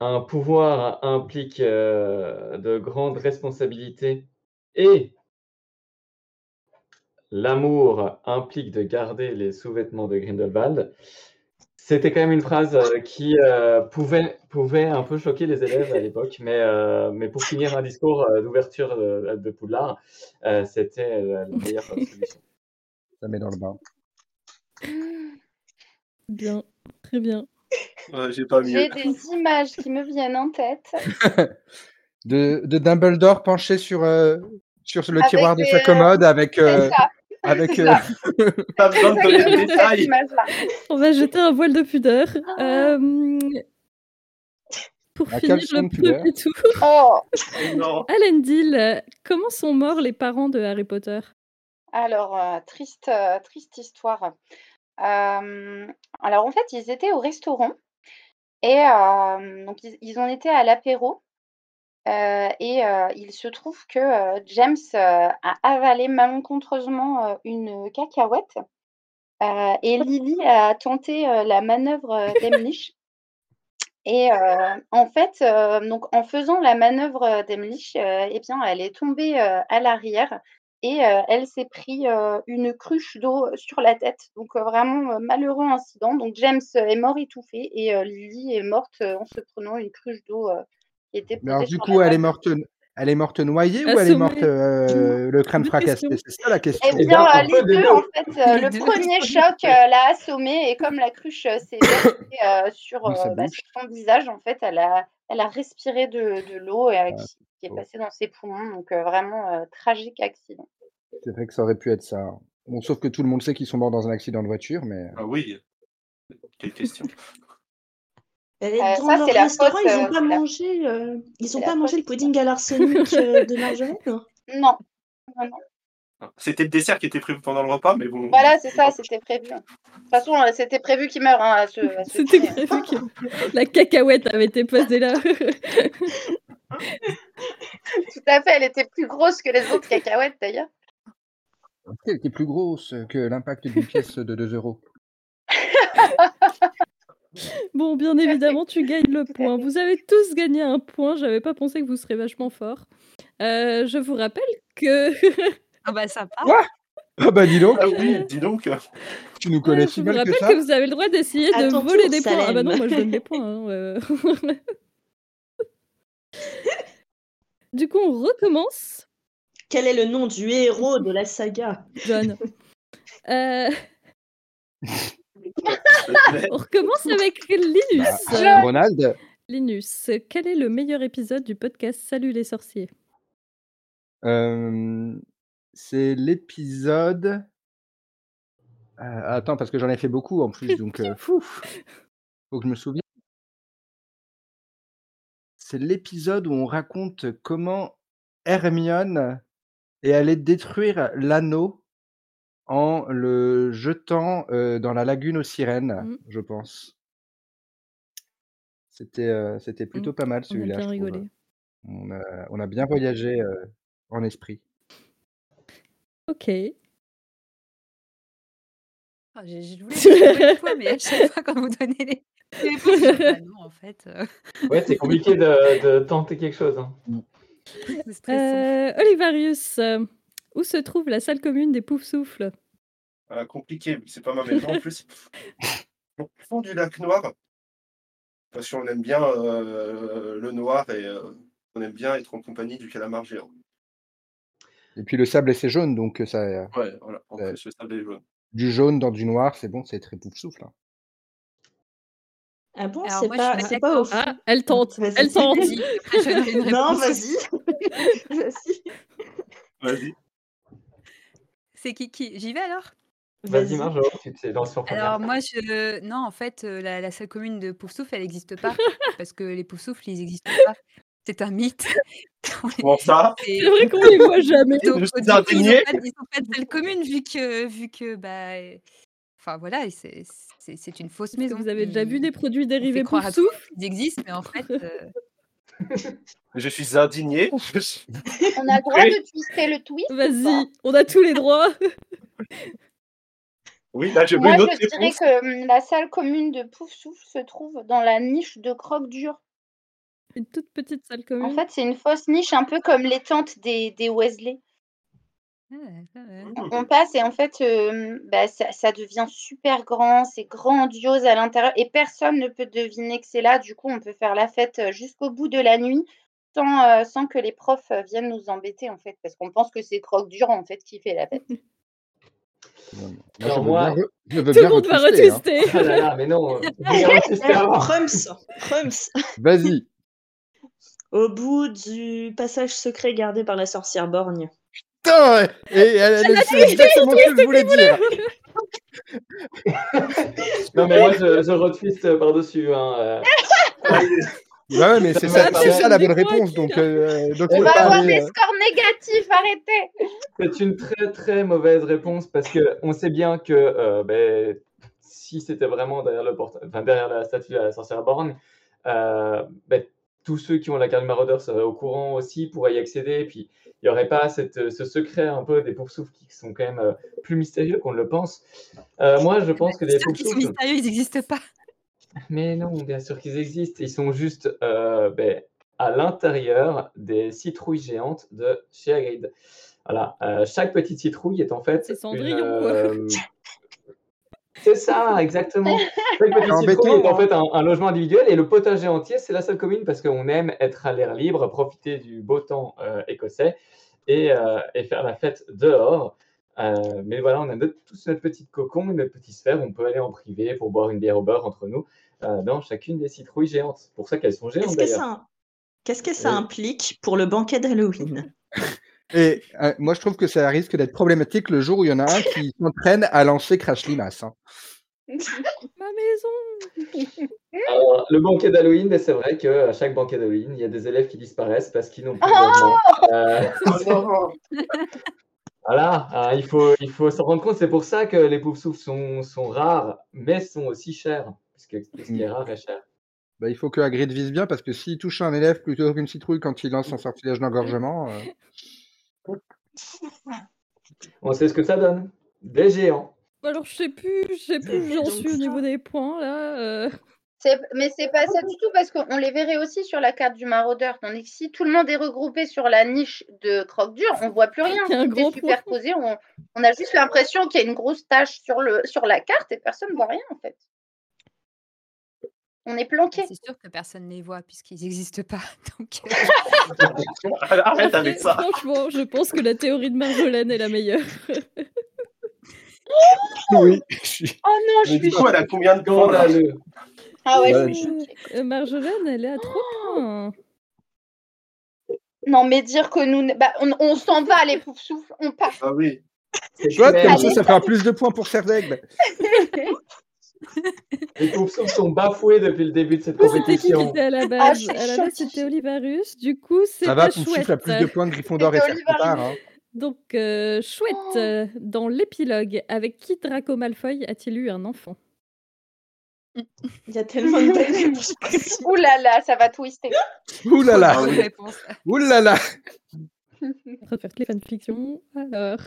Speaker 4: un pouvoir implique euh, de grandes responsabilités et l'amour implique de garder les sous-vêtements de Grindelwald. C'était quand même une phrase euh, qui euh, pouvait, pouvait un peu choquer les élèves à l'époque, mais, euh, mais pour finir un discours euh, d'ouverture de, de Poudlard, euh, c'était euh, la meilleure euh, solution.
Speaker 5: Ça met dans le bain.
Speaker 1: Bien, très bien.
Speaker 8: Ouais, J'ai pas mieux.
Speaker 7: J'ai des images qui me viennent en tête.
Speaker 5: De, de Dumbledore penché sur, euh, sur le
Speaker 7: Avec
Speaker 5: tiroir de sa
Speaker 7: des-
Speaker 5: commode avec euh,
Speaker 7: C'est ça,
Speaker 5: avec
Speaker 7: c'est
Speaker 5: euh,
Speaker 7: ça.
Speaker 8: Pas besoin de donner
Speaker 7: Exactement,
Speaker 8: de
Speaker 7: cette
Speaker 8: détails.
Speaker 7: image-là.
Speaker 1: On va jeter un voile de pudeur. Euh, pour
Speaker 5: Un
Speaker 1: finir
Speaker 5: caleçon
Speaker 1: le
Speaker 5: de pudeur.
Speaker 1: premier tour,
Speaker 7: Oh,
Speaker 8: Non.
Speaker 1: Alendil, euh, comment sont morts les parents de Harry Potter
Speaker 7: alors, euh, triste, euh, triste histoire. Euh, alors, en fait, ils étaient au restaurant et euh, donc ils, ils en étaient à l'apéro. euh, et euh, il se trouve que euh, James euh, a avalé malencontreusement euh, une cacahuète euh, et Lily a tenté euh, la manœuvre euh, d'Emlich. Et euh, en fait, euh, donc en faisant la manœuvre euh, d'Emlich, euh, eh bien, elle est tombée euh, à l'arrière et euh, elle s'est pris euh, une cruche d'eau sur la tête. Donc euh, vraiment euh, malheureux incident. Donc James est mort étouffé et euh, Lily est morte euh, en se prenant une cruche d'eau euh, qui était
Speaker 5: Mais alors
Speaker 7: posée
Speaker 5: du
Speaker 7: sur
Speaker 5: coup,
Speaker 7: la
Speaker 5: elle est
Speaker 7: table.
Speaker 5: morte, elle est morte noyée ou elle est
Speaker 1: Assommée.
Speaker 5: morte euh, le crâne
Speaker 1: Bonne
Speaker 5: fracassé
Speaker 1: question.
Speaker 5: C'est ça la
Speaker 7: Eh
Speaker 5: question.
Speaker 7: bien,
Speaker 4: Eh bien, un
Speaker 7: euh,
Speaker 4: peu
Speaker 7: les
Speaker 4: des
Speaker 7: deux,
Speaker 4: deux.
Speaker 7: en fait, euh,
Speaker 4: Les
Speaker 7: le
Speaker 4: deux,
Speaker 7: premier
Speaker 4: c'est
Speaker 7: choc euh, l'a assommée et comme la cruche euh, s'est versée euh, sur,
Speaker 5: Dans sa
Speaker 7: euh, bah,
Speaker 5: bouche.
Speaker 7: sur son visage, en fait, elle a, elle a respiré de, de l'eau euh, qui, qui est
Speaker 5: bon.
Speaker 7: passée dans ses poumons. Donc, euh, vraiment, euh, tragique accident.
Speaker 5: C'est vrai que ça aurait pu être ça. hein. Bon, sauf que tout le monde sait qu'ils sont morts dans un accident de voiture, mais
Speaker 8: Ah oui. Quelle question.
Speaker 6: Elle
Speaker 7: Euh,
Speaker 6: est dans
Speaker 7: ça,
Speaker 6: leur
Speaker 7: c'est la
Speaker 6: restaurant,
Speaker 7: faute,
Speaker 6: ils n'ont
Speaker 7: euh,
Speaker 6: pas
Speaker 7: c'est la-
Speaker 6: mangé, euh, ils
Speaker 7: c'est
Speaker 6: ont
Speaker 7: la
Speaker 6: pas mangé le
Speaker 7: faute.
Speaker 6: pudding à l'arsenic euh, de Marjolaine.
Speaker 7: Non. non, non.
Speaker 8: Ah, C'était le dessert qui était prévu pendant le repas, mais bon.
Speaker 7: Voilà, c'est ça, c'était prévu. De toute façon, euh, c'était prévu qu'il meure hein, à ce, à ce
Speaker 1: C'était
Speaker 7: dîner. hein.
Speaker 1: prévu que la cacahuète avait été posée là.
Speaker 7: Tout à fait, elle était plus grosse que les autres cacahuètes, d'ailleurs.
Speaker 5: elle était plus grosse que l'impact d'une pièce de 2 euros.
Speaker 1: Bon, bien
Speaker 7: fait.
Speaker 1: évidemment, tu gagnes le
Speaker 7: Tout à
Speaker 1: point.
Speaker 7: fait.
Speaker 1: Vous avez tous gagné un point. J'avais pas pensé que vous serez vachement forts. Euh, je vous rappelle que
Speaker 2: Ah bah ça part.
Speaker 5: Ah bah dis donc,
Speaker 8: Ah oui, dis donc.
Speaker 5: tu nous
Speaker 1: Ouais,
Speaker 5: connais
Speaker 1: je
Speaker 5: si
Speaker 1: vous
Speaker 5: mal
Speaker 1: rappelle
Speaker 5: que
Speaker 1: que,
Speaker 5: ça.
Speaker 1: vous avez le droit d'essayer
Speaker 6: À
Speaker 1: de
Speaker 6: ton
Speaker 1: voler
Speaker 6: tour,
Speaker 1: des points. Ah bah non,
Speaker 6: Salem.
Speaker 1: moi je donne des points. hein, euh. du coup, on recommence,
Speaker 6: Quel est le nom du héros de la saga
Speaker 1: John. Euh,
Speaker 8: C'est
Speaker 1: on recommence avec Linus.
Speaker 5: Bah,
Speaker 7: John.
Speaker 5: Ronald,
Speaker 1: Linus, quel est le meilleur épisode du podcast Salut les sorciers
Speaker 5: euh, c'est l'épisode. Euh, attends, parce que j'en ai fait beaucoup en plus, donc euh, fou. Faut que je me souvienne. C'est l'épisode où on raconte comment Hermione est allée détruire l'anneau en le jetant euh, dans la lagune aux sirènes,
Speaker 1: Mm.
Speaker 5: je pense. C'était euh, c'était plutôt pas mal
Speaker 1: On a
Speaker 5: celui-là,
Speaker 1: bien
Speaker 5: je trouve. hein.
Speaker 1: rigolé.
Speaker 5: On a, on a bien voyagé euh, en esprit.
Speaker 1: Ok.
Speaker 2: Ah, j'ai- je voulais dire une bonne fois, mais à chaque fois quand vous donnez les les réponses, je suis en mode, bah non, en fait, euh,
Speaker 4: Ouais, c'est compliqué de, de tenter quelque chose. hein.
Speaker 2: c'est stressant.
Speaker 1: Euh, Olivarius, euh, où se trouve la salle commune des Poufs Souffles
Speaker 8: euh, compliqué, mais c'est pas ma maison en plus. Au fond du lac noir, parce qu'on aime bien euh, le noir et euh, on aime bien être en compagnie du calamar géant.
Speaker 5: Et puis le sable c'est jaune, donc euh, ça, euh,
Speaker 8: Ouais, voilà. En
Speaker 5: Euh,
Speaker 8: plus, le sable est jaune.
Speaker 5: du jaune dans du noir, c'est bon, c'est très hein. pouf souffle.
Speaker 6: Ah bon,
Speaker 2: Alors
Speaker 6: c'est
Speaker 2: moi, je suis
Speaker 6: pas,
Speaker 2: pas
Speaker 6: c'est pas au
Speaker 2: d'accord.
Speaker 6: fond.
Speaker 1: Ah, elle tente,
Speaker 6: Vas-y.
Speaker 1: elle tente.
Speaker 2: Vas-y, après je donnerai une
Speaker 6: Non,
Speaker 2: réponse.
Speaker 6: vas-y. Vas-y.
Speaker 8: Vas-y.
Speaker 2: C'est Kiki. J'y vais alors
Speaker 4: Vas-y,
Speaker 6: Vas-y.
Speaker 4: Marjo, tu te lances en première.
Speaker 2: Alors moi, je... non, en fait, euh, la, la salle commune de Poufsouffle, elle n'existe pas. parce que les Poufsouffles, ils n'existent pas. C'est un mythe.
Speaker 8: Comment ça
Speaker 1: C'est
Speaker 2: C'est-
Speaker 1: vrai qu'on les voit jamais.
Speaker 2: Donc,
Speaker 8: Je
Speaker 2: euh,
Speaker 8: suis
Speaker 2: du
Speaker 8: un
Speaker 2: coup, ils n'ont
Speaker 8: denier
Speaker 2: pas, ils ont pas de salle commune, vu que, vu que bah, euh, enfin voilà, et c'est c'est- c'est une fausse
Speaker 1: Est-ce que
Speaker 2: maison.
Speaker 1: vous avez déjà vu des
Speaker 2: Ils-
Speaker 1: produits
Speaker 2: on fait
Speaker 1: dérivés
Speaker 2: croire
Speaker 1: Pouf
Speaker 2: à tout le
Speaker 1: Souffle
Speaker 2: monde qu'ils existent, mais en fait, euh,
Speaker 8: Je suis indigné. Je suis-
Speaker 7: On a le droit de twister le twist ou pas
Speaker 1: Vas-y, on a tous les droits.
Speaker 8: Oui, là, je veux
Speaker 7: Moi,
Speaker 8: une autre
Speaker 7: je dirais
Speaker 8: réponse.
Speaker 7: que hum, la salle commune de Poufsouffle se trouve dans la niche de Croque-Dur.
Speaker 1: Une toute petite salle
Speaker 7: En
Speaker 1: commune.
Speaker 7: fait, c'est une fausse niche, un peu comme les tentes des, des Wesley.
Speaker 2: ah, pas
Speaker 5: Mmh.
Speaker 2: mal.
Speaker 7: On passe et en fait, euh, bah, ça, ça devient super grand, c'est grandiose à l'intérieur et personne ne peut deviner que c'est là. Du coup, on peut faire la fête euh, jusqu'au bout de la nuit sans, euh, sans que les profs euh, viennent nous embêter, en fait, parce qu'on pense que c'est Croque-Dur, en fait, qui fait la fête.
Speaker 5: Moi, je
Speaker 4: Alors
Speaker 5: veux
Speaker 4: moi-
Speaker 5: bien, re- je veux
Speaker 1: Tout
Speaker 5: bien
Speaker 1: le monde va
Speaker 5: retwister, hein.
Speaker 1: retwister.
Speaker 4: Ah là là, mais non, euh, vous avez insisté avant.
Speaker 6: Rums. Rums.
Speaker 5: Vas-y.
Speaker 6: Au bout du passage secret gardé par la sorcière borgne.
Speaker 5: putain Et elle, elle, elle- c'est exactement ce que je voulais dire.
Speaker 4: Non, mais moi, je, je road fist, euh, par-dessus. Hein. euh.
Speaker 5: Ouais, ouais, mais c'est ça,
Speaker 4: Bah,
Speaker 5: c'est
Speaker 4: bah,
Speaker 5: ça la bonne
Speaker 1: dis-moi,
Speaker 5: réponse.
Speaker 1: Kira.
Speaker 5: Donc, euh, donc
Speaker 4: On
Speaker 5: faut
Speaker 7: On va
Speaker 5: pas
Speaker 7: avoir
Speaker 5: aller,
Speaker 7: des
Speaker 5: euh,
Speaker 7: scores négatifs, arrêtez
Speaker 4: C'est une très très mauvaise réponse parce que on sait bien que euh, ben, si c'était vraiment derrière, le porte- enfin, derrière la statue à la sorcière borne, euh, ben, tous ceux qui ont la carte du maraudeur seraient au courant aussi, pourraient y accéder. Et puis il n'y aurait pas cette, euh, ce secret un peu des poursoufs qui sont quand même euh, plus mystérieux qu'on ne le pense. Euh, moi, je pense que les
Speaker 2: Ceux qui sont
Speaker 4: poursoufs.
Speaker 2: mystérieux, ils n'existent pas.
Speaker 4: Mais non, bien sûr qu'ils existent. Ils sont juste euh, ben, à l'intérieur des citrouilles géantes de chez Hagrid. Voilà, euh, chaque petite citrouille est en fait.
Speaker 1: C'est
Speaker 4: une,
Speaker 1: Cendrillon, quoi.
Speaker 4: euh, C'est ça, exactement. Chaque petite
Speaker 5: En béton,
Speaker 4: citrouille est en
Speaker 5: hein.
Speaker 4: fait un, un logement individuel et le potager entier, c'est la seule commune parce qu'on aime être à l'air libre, profiter du beau temps euh, écossais et, euh, et faire la fête dehors. Euh, mais voilà, on a notre- tous notre petite cocon, notre petite sphère. On peut aller en privé pour boire une bière au beurre entre nous euh, dans chacune des citrouilles géantes. C'est pour ça qu'elles sont géantes
Speaker 6: Qu'est-ce que
Speaker 4: d'ailleurs.
Speaker 6: ça, qu'est-ce que ça
Speaker 4: Oui.
Speaker 6: implique pour le banquet d'Halloween
Speaker 5: Et euh, moi, je trouve que ça risque d'être problématique le jour où il y en a un qui s'entraîne à lancer Crash Limace. hein.
Speaker 1: Ma maison
Speaker 4: Alors, le banquet d'Halloween, mais c'est vrai qu'à chaque banquet d'Halloween, il y a des élèves qui disparaissent parce qu'ils n'ont plus de logement. Euh, Voilà, hein, il faut, il faut s'en rendre compte. C'est pour ça que les poufs souffles sont, sont rares, mais sont aussi chers. Parce que tout ce qui est rare est cher.
Speaker 5: Bah, il faut que Hagrid vise bien parce que s'il touche un élève plutôt qu'une citrouille quand il lance son sortilège d'engorgement, euh,
Speaker 4: On sait ce que ça donne. Des géants.
Speaker 1: Alors, je sais plus, je sais plus où j'en
Speaker 6: donc
Speaker 1: suis au
Speaker 6: ça.
Speaker 1: niveau des points, là. euh.
Speaker 7: C'est- Mais c'est pas ça du tout parce qu'on les verrait aussi sur la carte du maraudeur. Tandis que si tout le monde est regroupé sur la niche de croque dur, on voit plus rien.
Speaker 1: Il y a un
Speaker 7: Tout est
Speaker 1: gros point.
Speaker 7: superposé, on, on a juste l'impression qu'il y a une grosse tache sur, le, sur la carte et personne ne voit rien en fait. On est planqué.
Speaker 2: C'est sûr que personne ne les voit puisqu'ils n'existent pas. Donc, euh,
Speaker 8: Arrête
Speaker 1: Après,
Speaker 8: avec ça.
Speaker 1: Franchement, je pense que la théorie de Marjolaine est la meilleure.
Speaker 5: oui. je suis-
Speaker 7: Oh non, je
Speaker 8: Mais du
Speaker 7: suis
Speaker 8: coup, elle a combien de points là
Speaker 4: Scandaleux.
Speaker 7: Ah ouais, je
Speaker 5: Ouais.
Speaker 7: suis choquée.
Speaker 1: Euh, Marjolaine, elle est à 3
Speaker 7: Oh,
Speaker 1: points.
Speaker 7: Non, mais dire que nous. ne- Bah, on, on s'en va, les poufs souffles, on part.
Speaker 8: Ah oui.
Speaker 4: C'est
Speaker 5: Tu vois,
Speaker 4: clair.
Speaker 5: comme ça, ça fera plus de points pour Serdaigle.
Speaker 4: Les poufs souffles sont bafoués depuis le début de cette
Speaker 1: C'était qui qui
Speaker 4: compétition.
Speaker 1: était à la base
Speaker 7: suis
Speaker 1: À la
Speaker 7: choquée.
Speaker 1: base, c'était Olivarus. Du coup, c'est
Speaker 5: Ça va,
Speaker 1: pas
Speaker 5: pour souffle
Speaker 1: chouette.
Speaker 5: à plus de points que Gryffondor et
Speaker 7: C'était
Speaker 5: Serpentard. hein.
Speaker 1: Donc, euh, chouette.
Speaker 7: Oh.
Speaker 1: euh, Dans l'épilogue, avec qui Draco Malfoy a-t-il eu un enfant
Speaker 6: Il y a tellement de belles réponses possibles.
Speaker 7: Ouh là là, ça va twister.
Speaker 5: Ouh Oh là
Speaker 2: trop
Speaker 5: là,
Speaker 2: de bonnes
Speaker 8: oui.
Speaker 2: réponses.
Speaker 5: ouh là là.
Speaker 1: En train de faire toutes les fanfictions. Alors.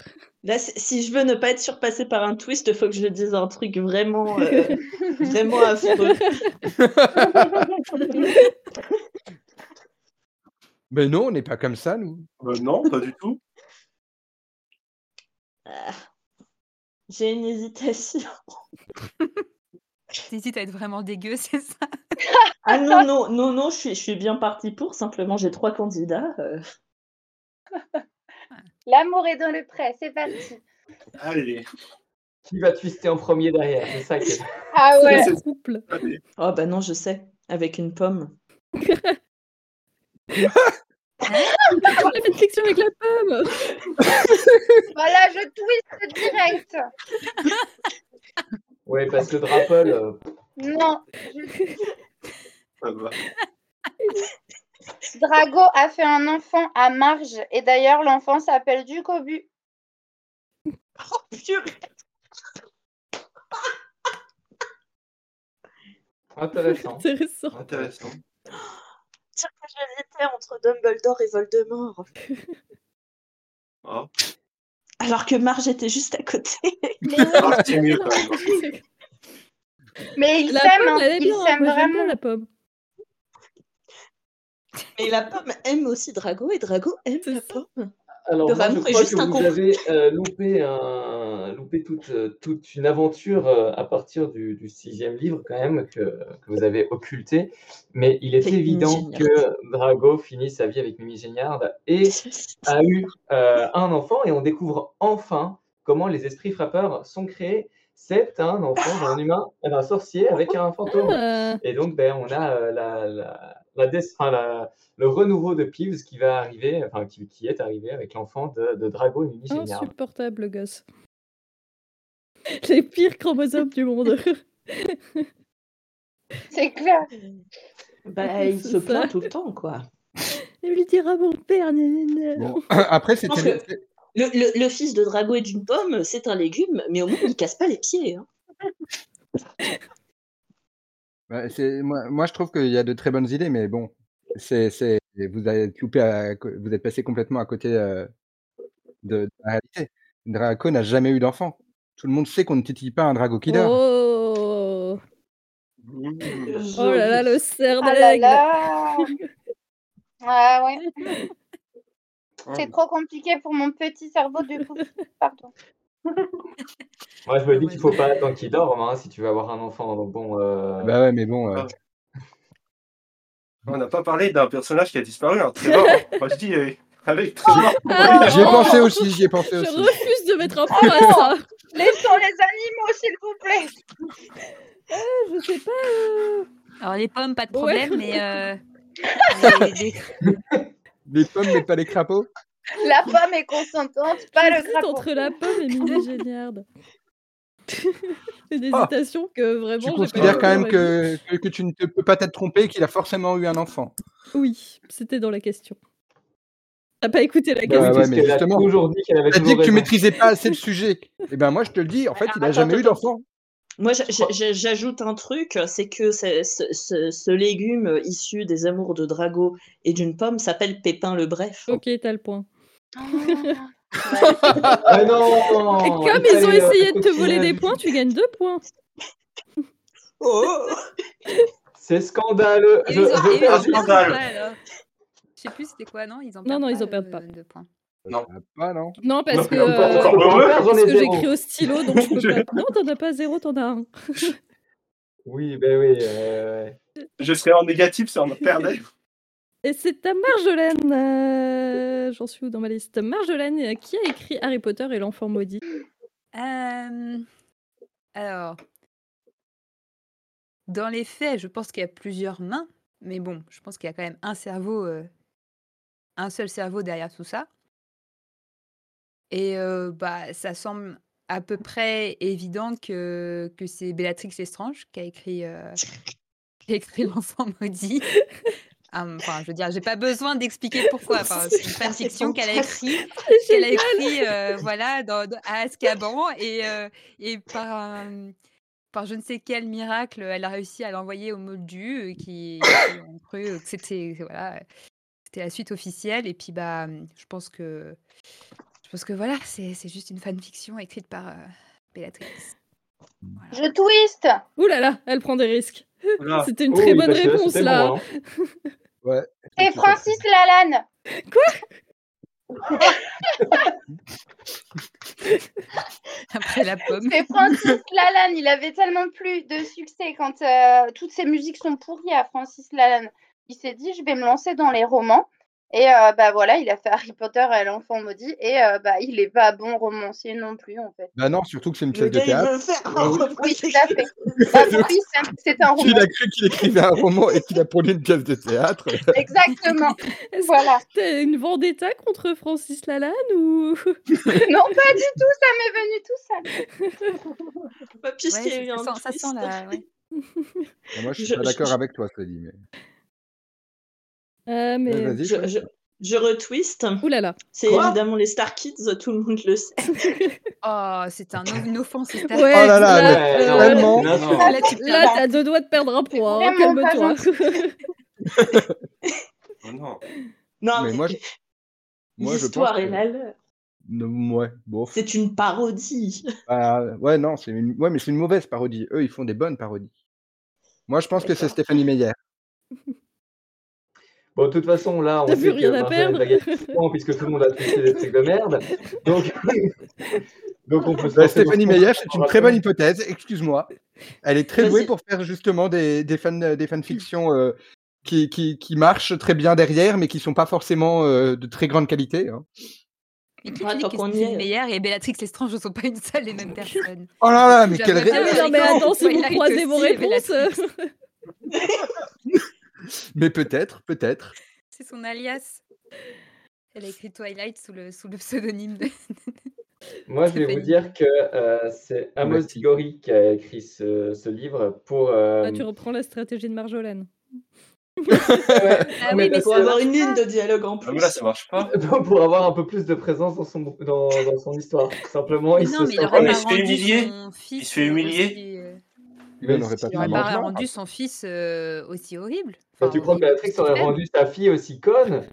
Speaker 6: Là, si- si je veux ne pas être surpassée par un twist, il faut que je dise un truc vraiment, euh, vraiment affreux.
Speaker 5: Mais non, on n'est pas comme ça, nous.
Speaker 8: Bah non, pas du tout.
Speaker 6: Ah. J'ai une hésitation.
Speaker 2: T'hésites à être vraiment dégueu, c'est ça
Speaker 6: Ah non, non, non, non, je suis, je suis bien partie pour. Simplement, j'ai trois candidats. euh.
Speaker 7: L'amour est dans le prêt, c'est parti.
Speaker 8: Allez.
Speaker 4: Qui va twister en premier derrière C'est ça qui est-
Speaker 7: Ah
Speaker 1: C'est
Speaker 7: ouais.
Speaker 1: un couple.
Speaker 8: allez.
Speaker 6: Oh bah non, je sais. Avec une pomme.
Speaker 1: La fanfiction avec la pomme
Speaker 7: Voilà, je twist direct.
Speaker 4: Ouais, parce que Drapple, euh,
Speaker 7: Non. je-
Speaker 8: Ça va.
Speaker 7: Drago a fait un enfant à Marge et d'ailleurs l'enfant s'appelle Ducobu.
Speaker 6: Oh purée
Speaker 4: intéressant.
Speaker 1: Intéressant.
Speaker 8: Intéressant.
Speaker 6: Tiens, j'hésitais entre Dumbledore et Voldemort.
Speaker 8: Ah.
Speaker 6: Alors que Marge était juste à côté.
Speaker 7: Mais,
Speaker 8: Ah, c'est mieux quand même.
Speaker 7: mais il
Speaker 1: La
Speaker 7: s'aime,
Speaker 1: pomme,
Speaker 7: hein,
Speaker 1: elle est
Speaker 7: il
Speaker 1: bien.
Speaker 7: s'aime
Speaker 1: Moi, j'aime
Speaker 7: vraiment.
Speaker 1: bien la pomme.
Speaker 6: Mais la pomme aime aussi Drago et Drago aime
Speaker 1: C'est
Speaker 6: la
Speaker 1: ça.
Speaker 6: pomme.
Speaker 4: Alors,
Speaker 6: Le
Speaker 4: moi, je
Speaker 6: rameau est
Speaker 4: crois
Speaker 6: juste
Speaker 4: que
Speaker 6: un
Speaker 4: vous
Speaker 6: con.
Speaker 4: avez euh, loupé, un, loupé toute, euh, toute une aventure euh, à partir du, du sixième livre, quand même, que, que vous avez occulté. Mais il est
Speaker 6: Avec Mimi
Speaker 4: évident
Speaker 6: Géniard.
Speaker 4: que Drago finit sa vie avec Mimi Géniard et a eu euh, un enfant, et on découvre enfin comment les esprits frappeurs sont créés. C'est un enfant d'un humain, d'un sorcier avec un fantôme.
Speaker 1: Ah,
Speaker 4: Et donc, ben, on a euh, la- la- la dé- enfin, la- le renouveau de Peeves qui va arriver, enfin qui, qui est arrivé avec l'enfant de, de Drago et Mimi
Speaker 1: Oh,
Speaker 4: Géniard.
Speaker 1: Insupportable, le gosse. Les pires chromosomes du monde.
Speaker 7: C'est clair.
Speaker 6: Bah, il
Speaker 1: C'est
Speaker 6: se
Speaker 1: ça.
Speaker 6: plaint tout le temps, quoi.
Speaker 1: Et lui dire à mon père, nanana.
Speaker 5: Bon, après,
Speaker 6: pense
Speaker 5: c'était.
Speaker 6: Le, le- le fils de Drago et d'une pomme, c'est un légume, mais au moins il casse pas les pieds. hein.
Speaker 5: Ouais, Bah, c'est- moi, moi, je trouve qu'il y a de très bonnes idées, mais bon, c'est, c'est- vous êtes loupé, à- vous êtes passé complètement à côté euh, de, de la réalité. Draco n'a jamais eu d'enfant. Tout le monde sait qu'on ne titille pas un Drago qui dort.
Speaker 1: Oh,
Speaker 8: Mmh.
Speaker 1: oh là là, le cerf
Speaker 7: Ah là là. Ah ouais.
Speaker 8: Mmh.
Speaker 7: C'est trop compliqué pour mon petit cerveau du coup. Pardon.
Speaker 4: Moi, je me
Speaker 2: Ah
Speaker 4: dis
Speaker 2: ouais.
Speaker 4: qu'il faut pas attendre qu'il dorme hein, si tu veux avoir un enfant. Donc bon, euh,
Speaker 5: Bah ouais, mais bon, euh,
Speaker 8: Ah. On n'a pas parlé d'un personnage qui a disparu, un Trevor. Moi, je dis, euh, avec Trevor.
Speaker 1: Ah,
Speaker 5: j'y ai
Speaker 1: oh,
Speaker 5: pensé aussi, j'y ai
Speaker 1: Je
Speaker 5: pensé aussi.
Speaker 1: refuse de mettre un point à ça.
Speaker 7: Laissons les animaux, s'il vous plaît.
Speaker 1: Je sais pas.
Speaker 2: Alors les pommes, pas de
Speaker 1: Ouais.
Speaker 2: problème, mais euh, les- les-
Speaker 5: Les pommes, mais pas les crapauds.
Speaker 7: La pomme est consentante, pas le
Speaker 1: J'hésite
Speaker 7: crapaud.
Speaker 1: entre la pomme et Mimi Géniarde. C'est des hésitations que
Speaker 5: Ah. Tu
Speaker 1: vraiment. j'ai pas eu
Speaker 5: considères quand même
Speaker 1: dans ma vie.
Speaker 5: que, que, que tu ne te peux pas t'être trompé et qu'il a forcément eu un enfant.
Speaker 1: Oui, c'était dans la question. T'as pas écouté la
Speaker 4: bah oui,
Speaker 1: question.
Speaker 5: ouais,
Speaker 4: parce
Speaker 5: mais
Speaker 4: qu'elle a
Speaker 5: justement.
Speaker 4: toujours dit qu'elle avait
Speaker 5: T'as dit
Speaker 4: toujours
Speaker 5: que tu
Speaker 4: raison.
Speaker 5: maîtrisais pas assez le sujet. Eh ben moi, je te le dis, en fait, il a
Speaker 6: Attends,
Speaker 5: jamais eu
Speaker 6: attends.
Speaker 5: d'enfant.
Speaker 6: Moi, j'a- j'a- j'a- j'ajoute un truc, c'est que ce, ce- ce- ce légume euh, issu des amours de Drago et d'une pomme s'appelle Pépin le Bref.
Speaker 2: Oh.
Speaker 1: Ok, t'as le point.
Speaker 4: Ah non
Speaker 1: Et comme
Speaker 4: il
Speaker 1: ils ont
Speaker 4: fallait, euh,
Speaker 1: essayé de te voler des
Speaker 4: continuer.
Speaker 1: points, tu gagnes deux points.
Speaker 6: Oh
Speaker 4: C'est scandaleux.
Speaker 2: Et
Speaker 4: Je-
Speaker 2: ils ont-
Speaker 4: je
Speaker 2: et ils
Speaker 4: perds
Speaker 2: ont
Speaker 8: un
Speaker 2: perdu
Speaker 4: juste-
Speaker 2: ou
Speaker 8: scandale.
Speaker 2: pas, alors Je sais plus c'était quoi, non Ils ont
Speaker 1: Non, non, ils
Speaker 2: ont
Speaker 1: en perdent pas.
Speaker 2: De points.
Speaker 5: Ah non.
Speaker 1: Non, parce
Speaker 4: Non,
Speaker 1: que.
Speaker 4: mais encore-
Speaker 1: euh,
Speaker 4: encore
Speaker 8: euh,
Speaker 4: heureux, j'en
Speaker 1: parce
Speaker 4: ai
Speaker 1: que
Speaker 4: zéro.
Speaker 1: j'écris au stylo, donc je peux pas. Non, t'en as pas zéro, t'en as un.
Speaker 4: Oui, ben oui. euh, ouais.
Speaker 8: Je serais en négatif si on me perdait.
Speaker 1: Et c'est à Marjolaine, euh, j'en suis où dans ma liste Marjolaine euh, qui a écrit Harry Potter et l'enfant maudit.
Speaker 2: Euh, alors, dans les faits, je pense qu'il y a plusieurs mains, mais bon, je pense qu'il y a quand même un cerveau, euh, un seul cerveau derrière tout ça. Et euh, bah, ça semble à peu près évident que, que c'est Bellatrix Lestrange qui a écrit, euh, qui a écrit L'enfant maudit. Ah, Enfin, je veux dire, j'ai pas besoin d'expliquer pourquoi. Enfin, c'est une
Speaker 6: Ah,
Speaker 2: fanfiction qu'elle a écrite. qu'elle a écrit euh, voilà dans, dans- à Azkaban et, euh, et par un- par je ne sais quel miracle elle a réussi à l'envoyer aux Moldus euh, qui, qui ont cru euh, que c'était voilà euh, c'était la suite officielle et puis bah hum, je pense que je pense que voilà c'est c'est juste une fanfiction écrite par euh, Bellatrix.
Speaker 7: Je twist.
Speaker 1: Ouh là là, elle prend des risques.
Speaker 8: Voilà.
Speaker 1: C'était une
Speaker 4: Oh
Speaker 1: très
Speaker 4: oui,
Speaker 1: bonne
Speaker 4: parce que là,
Speaker 1: réponse
Speaker 4: c'était
Speaker 1: là.
Speaker 4: bon, hein.
Speaker 7: C'est Francis Lalanne.
Speaker 2: Après la pomme.
Speaker 7: C'est Francis Lalanne. Il avait tellement plus de succès quand euh, toutes ses musiques sont pourries à Francis Lalanne. Il s'est dit, je vais me lancer dans les romans. Et euh, bah voilà, il a fait Harry Potter et l'enfant maudit. Et euh, bah il est pas bon romancier non plus en fait.
Speaker 5: Bah non, surtout que c'est une pièce
Speaker 6: Le
Speaker 5: de
Speaker 6: gars, il
Speaker 5: théâtre.
Speaker 6: veut faire un
Speaker 5: Ah oui.
Speaker 6: roman.
Speaker 7: Oui, tout à fait. Bah, pour lui, c'est- c'est un
Speaker 5: Il
Speaker 7: roman.
Speaker 5: a cru qu'il écrivait un roman et qu'il a produit une pièce de théâtre.
Speaker 7: Exactement.
Speaker 1: Est-ce
Speaker 7: Voilà.
Speaker 1: que T'as une vendetta contre Francis Lalanne ou
Speaker 7: Non, pas du tout. Ça m'est venu tout seul.
Speaker 6: Pas puisqu'il y a
Speaker 2: Ouais,
Speaker 6: eu un
Speaker 2: ça, sent- ça
Speaker 6: twist.
Speaker 2: sent la ouais.
Speaker 5: Ah, moi, je suis
Speaker 6: Je-
Speaker 5: pas
Speaker 6: je-
Speaker 5: d'accord
Speaker 6: je-
Speaker 5: avec toi, Sally. Mais...
Speaker 1: Ah, mais
Speaker 5: Vas-y.
Speaker 6: Je, je, je retwist.
Speaker 1: ouh là là.
Speaker 6: C'est
Speaker 4: Quoi
Speaker 6: évidemment les Star Kids, tout le monde le sait.
Speaker 2: Oh, c'est un une offense c'est un-
Speaker 1: Ouais,
Speaker 5: Oh là là,
Speaker 1: là,
Speaker 4: Ouais,
Speaker 1: euh,
Speaker 4: non,
Speaker 5: tellement.
Speaker 4: non, non.
Speaker 7: Ah,
Speaker 2: Oh Là, tu
Speaker 7: c'est
Speaker 1: là,
Speaker 7: ça.
Speaker 1: t'as deux doigts de perdre un point. hein,
Speaker 7: vraiment pas
Speaker 1: Calme-toi.
Speaker 8: Oh non.
Speaker 6: Non,
Speaker 5: Mais
Speaker 6: mais
Speaker 5: moi, je- Moi, je pense
Speaker 6: l'histoire
Speaker 5: que...
Speaker 6: est la leur.
Speaker 5: Non, Ouais, bof.
Speaker 6: C'est une parodie.
Speaker 5: Ah, ouais, non, c'est une... ouais, mais c'est une mauvaise parodie. Eux, ils font des bonnes parodies. Moi, je pense que c'est
Speaker 6: D'accord.
Speaker 5: Stéphanie Meyer.
Speaker 4: Bon, de toute façon, là,
Speaker 1: T'as
Speaker 4: on
Speaker 1: plus
Speaker 4: sait que
Speaker 1: rien à
Speaker 4: Marjolaine
Speaker 1: perdre.
Speaker 4: va gagner tout le temps, puisque tout le monde a testé des trucs de merde. Donc, donc on peut se
Speaker 5: Bah,
Speaker 4: lancer dans
Speaker 5: Stéphanie
Speaker 4: ce
Speaker 5: Meyer,
Speaker 4: combat.
Speaker 5: c'est une très bonne hypothèse, excuse-moi. Elle est très
Speaker 6: Vas-y.
Speaker 5: douée pour faire justement des, des, fan, des fanfictions euh, qui, qui, qui marchent très bien derrière, mais qui sont pas forcément euh, de très grande qualité. hein.
Speaker 2: Mais qui
Speaker 6: Ah,
Speaker 2: te dit
Speaker 6: tant
Speaker 2: que
Speaker 6: qu'on y
Speaker 2: Stéphanie
Speaker 6: est.
Speaker 2: Meyer et Bellatrix Lestrange ne sont pas une seule et même personne
Speaker 5: Oh là là, mais quelle
Speaker 2: J'aimerais
Speaker 5: ré-
Speaker 2: bien
Speaker 1: Ah, mais non, mais
Speaker 2: Harry Potter,
Speaker 1: attends, si vous
Speaker 2: Twilight
Speaker 1: croisez vos
Speaker 2: aussi, et
Speaker 1: réponses.
Speaker 2: Bellatrix.
Speaker 5: Mais peut-être, peut-être.
Speaker 2: C'est son alias. Elle a écrit Twilight sous le, sous le pseudonyme de.
Speaker 4: Moi, je vais vous
Speaker 2: Stéphanie.
Speaker 4: dire que euh, c'est Amos
Speaker 5: Merci.
Speaker 4: Digori qui a écrit ce, ce livre pour. euh,
Speaker 1: Ah, tu reprends la stratégie de Marjolaine.
Speaker 4: ouais,
Speaker 2: Ah
Speaker 4: non,
Speaker 2: oui, mais
Speaker 4: parce
Speaker 6: Pour
Speaker 4: que-
Speaker 6: avoir une ligne de dialogue en
Speaker 8: Ah,
Speaker 6: plus.
Speaker 8: mais là, ça marche pas.
Speaker 4: pour avoir un peu plus de présence dans son, dans, dans son histoire. Tout Simplement,
Speaker 2: Mais
Speaker 4: il
Speaker 2: non,
Speaker 4: se
Speaker 2: mais il
Speaker 4: sent
Speaker 2: n'aurait
Speaker 8: Ouais, mais il
Speaker 2: pas
Speaker 8: se fait
Speaker 2: rendu
Speaker 8: humilier.
Speaker 2: son fils.
Speaker 8: se fait humilier.
Speaker 2: aussi, euh,
Speaker 5: Il n'aurait pas
Speaker 2: il
Speaker 5: fait
Speaker 2: n'aurait
Speaker 5: un
Speaker 2: pas
Speaker 5: mensonge.
Speaker 2: rendu son fils euh, aussi horrible.
Speaker 4: Et
Speaker 2: Enfin,
Speaker 4: tu crois que
Speaker 2: horrible,
Speaker 4: Béatrix
Speaker 2: aussi
Speaker 4: aurait
Speaker 2: faible.
Speaker 4: rendu sa fille aussi conne